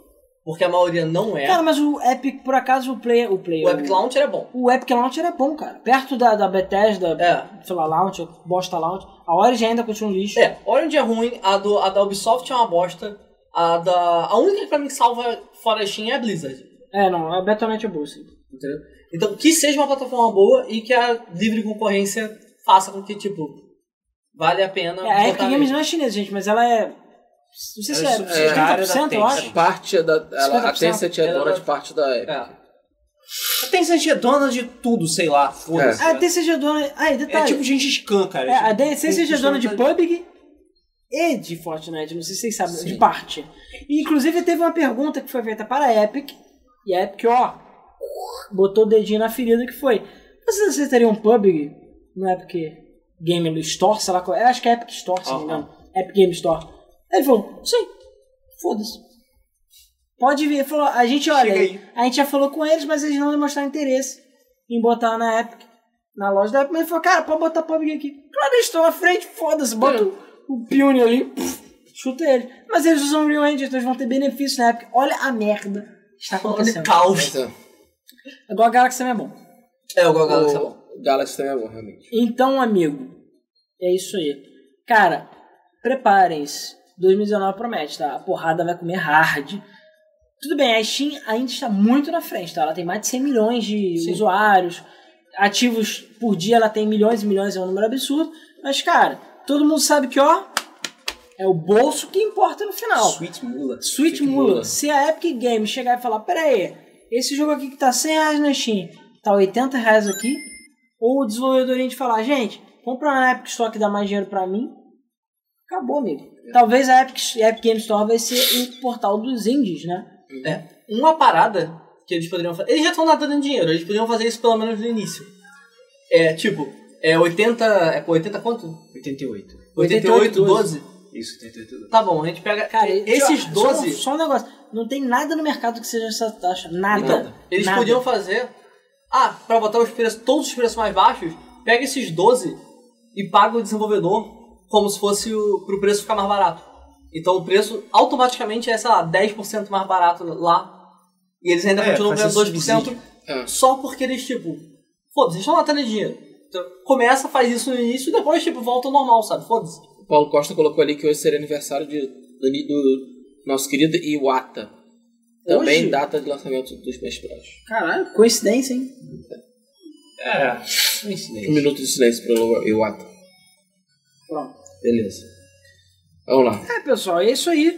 porque a maioria não é. Cara, mas o Epic, por acaso, o player... O, player, o Epic Launcher é bom. o Epic Launcher é bom, cara. Perto da, da Bethesda, É. sei lá, Launcher, bosta Launcher, a Origin ainda continua um lixo. É, Orange é ruim, a, do, a da Ubisoft é uma bosta, a da a única que pra mim salva fora a Steam é a Blizzard, É, não, a Battle.net é boa, sim. entendeu? Então, que seja uma plataforma boa e que a livre concorrência faça com que tipo vale a pena É, a Epic botar Games mesmo. não é chinesa, gente, mas ela é... Não sei se é, Ela é subsidiária da 70%, eu Tencent. acho. É parte da. Ela, a 50%. Tencent é dona Ela- de parte da Epic. É. A Tencent é dona de tudo, sei lá, foda-se. A DCG é dona... Ah, e É detalhe. tipo Gengis Khan, cara. é, a tipo, DCG é com- dona de com- PUBG e de Fortnite, não sei se vocês sabem, de parte. E, inclusive, teve uma pergunta que foi feita para a Epic, e a Epic, ó, botou o dedinho na ferida, que foi, vocês aceitariam um PUBG no Epic Game Store, sei lá qual é, acho que é Epic Store, se não me engano, Epic Game Store. Aí ele falou, sim, foda-se. Pode vir. Ele falou, a gente, olha, Chega aí. a gente já falou com eles, mas eles não demonstraram interesse em botar na Epic, na loja da Epic. Mas ele falou, cara, pode botar PUBG aqui. Claro, eles estão à frente, foda-se, bota o- o Pione ali, pff, chuta ele. Mas eles usam o Real Engine, então eles vão ter benefício na Epic. Olha a merda que está Olha o acontecendo. caos. Agora a Galaxy também é bom. É, o Gal Galaxy é bom. O Galaxy também é bom, realmente. Então, amigo, é isso aí. Cara, preparem-se. 2019 promete, tá? A porrada vai comer hard. Tudo bem, a Steam ainda está muito na frente, tá? Ela tem mais de 100 milhões de usuários. Ativos por dia ela tem milhões e milhões, é um número absurdo. Mas, cara, todo mundo sabe que, ó, é o bolso que importa no final. Sweet Mula. Sweet Mula. Se a Epic Games chegar e falar, peraí, esse jogo aqui que tá 100 reais na Steam, tá 80 reais aqui, ou o desenvolvedorinho de falar, gente, compra na Epic Store que dá mais dinheiro pra mim, acabou, amigo. Talvez a Epic, a Epic Games Store vai ser o portal dos indies, né? Uma parada que eles poderiam fazer. Eles já estão nadando em dinheiro, eles poderiam fazer isso pelo menos no início. É tipo, é 80. É com 80 quanto? 88. 88, 12. Isso, 88. Tá bom, a gente pega. Cara, esses só- 12. Só, um negócio, não tem nada no mercado que seja essa taxa, nada. Então, eles nada. podiam fazer. Ah, pra botar os preços, todos os preços mais baixos, pega esses 12 e paga o desenvolvedor como se fosse o, pro preço ficar mais barato. Então o preço automaticamente é, sei lá, 10% mais barato lá. E eles ainda É, continuam faz ganhando esse 2% É. só porque eles, tipo, foda-se, eles estão matando dinheiro. Então, começa, faz isso no início e depois, tipo, volta ao normal, sabe? Foda-se. O Paulo Costa colocou ali que hoje seria aniversário de, do, do nosso querido Iwata. Também Hoje? data de lançamento dos meus próximos. Caralho, coincidência, hein? É. Um minuto de silêncio pro Iwata. Pronto. Beleza. Vamos lá. É, pessoal, é isso aí.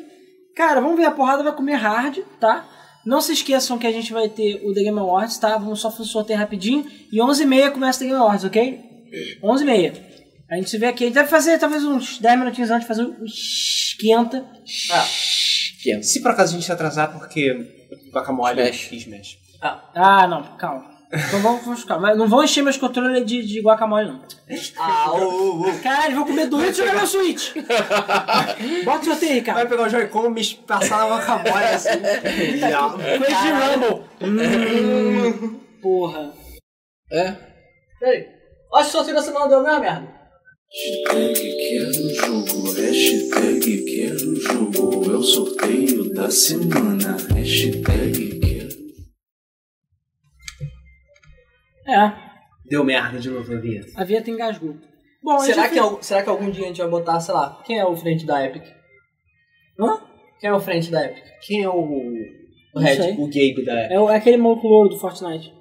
Cara, vamos ver, a porrada vai comer hard, tá? Não se esqueçam que a gente vai ter o The Game Awards, tá? Vamos só fazer o sorteio rapidinho. E 11h30 começa o The Game Awards, ok? 11h30. A gente se vê aqui. A gente deve fazer talvez uns 10 minutinhos antes, fazer um esquenta. Quem? Se por acaso a gente se atrasar, porque guacamole Smash. e smash. Ah, não, calma. Então vamos, vamos calma. Mas Não vão encher meus controles de, de guacamole, não. Ah, ô, ô, ô. Caralho, vou comer doente e jogar meu Switch. [LAUGHS] Bota o sorteio aí, cara. Vai pegar o Joy-Con e passar na guacamole [LAUGHS] assim. Não. Crazy Rumble. Hum, porra. É? Peraí. Acho que o sorteio da semana deu a mesma merda. Hashtag quero jogo, hashtag quero jogo, é o sorteio da semana. Hashtag quero. É. Deu merda de novo, Via. A vinheta engasgou. Bom, eu já Será que, é fiz- al- será que algum dia a gente vai botar, sei lá, quem é o frente da Epic? Hã? Quem é o frente da Epic? Quem é o. O Não sei. Red, o Gabe da época? É o- é aquele maluco louro do Fortnite.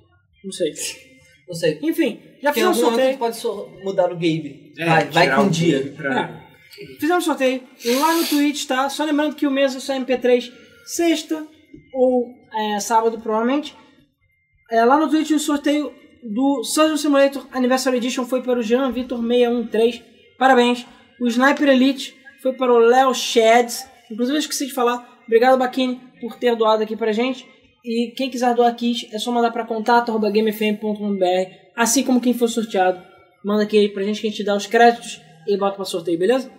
Não sei. Não sei. Enfim, já Tem algum fizemos um ano que a gente sorteio. pode so- mudar o Gabe. vai, vai É, tirar que um o dia. Gabe pra- Fizemos um sorteio lá no Twitch, tá? Só lembrando que o mês é só MP3 sexta ou é, sábado, provavelmente. É, lá no Twitch o sorteio do Surgeon Simulator Anniversary Edition foi para o Jean Vitor 613. Parabéns. O Sniper Elite foi para o Léo Sheds. Inclusive eu esqueci de falar. Obrigado, Baquini, por ter doado aqui pra gente. E quem quiser doar kit é só mandar para contato.gamefm.com.br, assim como quem for sorteado. Manda aqui pra gente que a gente dá os créditos e bota para sorteio, beleza?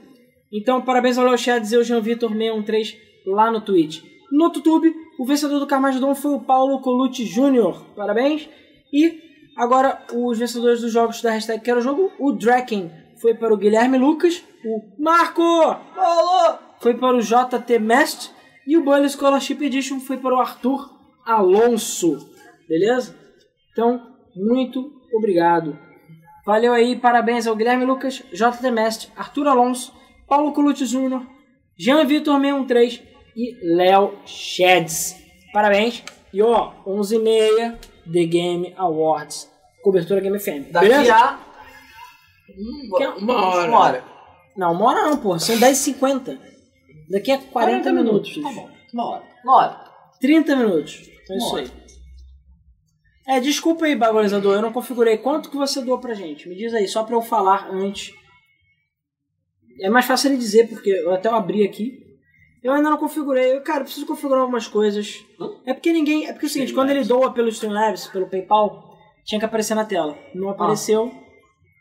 Então, parabéns ao Léo Chades e ao Jean Vitor 613 lá no Twitch. No YouTube, o vencedor do Carmageddon foi o Paulo Colucci Jr. Parabéns. E agora, os vencedores dos jogos da hashtag Quero Jogo, o Draken foi para o Guilherme Lucas, o Marco Alô! foi para o JT Mest e o Bully Scholarship Edition foi para o Arthur Alonso. Beleza? Então, muito obrigado. Valeu aí, parabéns ao Guilherme Lucas, JT Mestre, Arthur Alonso, Paulo Colucci Júnior, Jean Vitor 613 e Léo Sheds. Parabéns. E ó, 11h30, The Game Awards, cobertura Game FM. Daqui Beleza? a. Hum, bo- Quer- Tá uma hora. Uma hora. Não, uma hora não, pô, são 10h50. Daqui a 40, minutos. Tá bom. Uma hora. Uma hora. 30 minutos. Então é isso Uma aí. É, desculpa aí, bagulhador, eu não configurei. Quanto que você doou pra gente? Me diz aí, só pra eu falar antes. É mais fácil ele dizer, porque eu até eu abri aqui. Eu ainda não configurei. Eu, cara, eu preciso configurar algumas coisas. É porque ninguém. É porque é o seguinte, quando ele doa pelo Streamlabs, pelo PayPal, tinha que aparecer na tela. Não apareceu.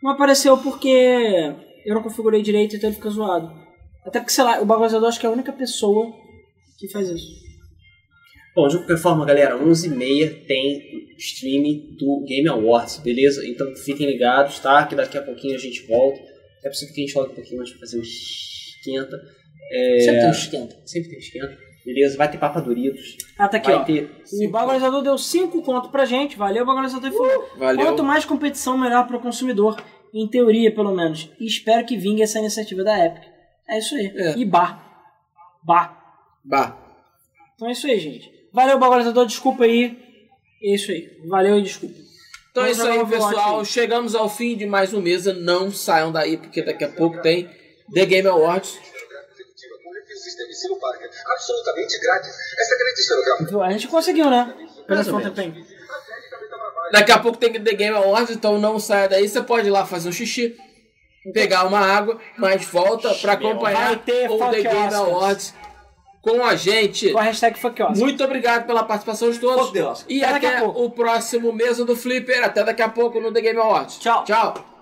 Não apareceu porque eu não configurei direito, então ele fica zoado. Até porque, sei lá, o bagulhador acho que é a única pessoa que faz isso. Bom, de qualquer forma, galera, 11h30 tem o stream do Game Awards, beleza? Então fiquem ligados, tá? Que daqui a pouquinho a gente volta. É possível que a gente volte um pouquinho antes pra fazer um esquenta. É, Sempre tem um esquenta. Sempre tem esquenta. Beleza? Vai ter Papa Doritos. Ah, tá aqui, vai ó. ter. O Bagulhizador deu 5 conto pra gente. Valeu, Bagulhizador. Uh, Valeu. Quanto mais competição, melhor pro consumidor. Em teoria, pelo menos. E espero que vingue essa iniciativa da Epic. É isso aí. É. E bar. Bar. Bah. Então é isso aí, gente. Valeu, Bagulhizador. Desculpa aí. É isso aí. Valeu e desculpa. Então é Vamos isso jogar aí, Overwatch pessoal. aí. Chegamos ao fim de mais um mesa. Não saiam daí, porque daqui a pouco tem The Game Awards. executiva com refresista e Silo Parker, absolutamente grátis. Essa grande esferográfica A gente conseguiu, né? Mais Pelo ou quanto tempo. Daqui a pouco tem The Game Awards, então não saia daí. Você pode ir lá fazer um xixi, pegar uma água, mas volta pra acompanhar vai ter o The fuck Game Oscars. Awards com a gente. Com a hashtag fuck Oscar. Muito obrigado pela participação de todos. Fuck the Oscars. E Até daqui até a pouco. o próximo mesa do Flipper. Até daqui a pouco no The Game Awards. Tchau. Tchau.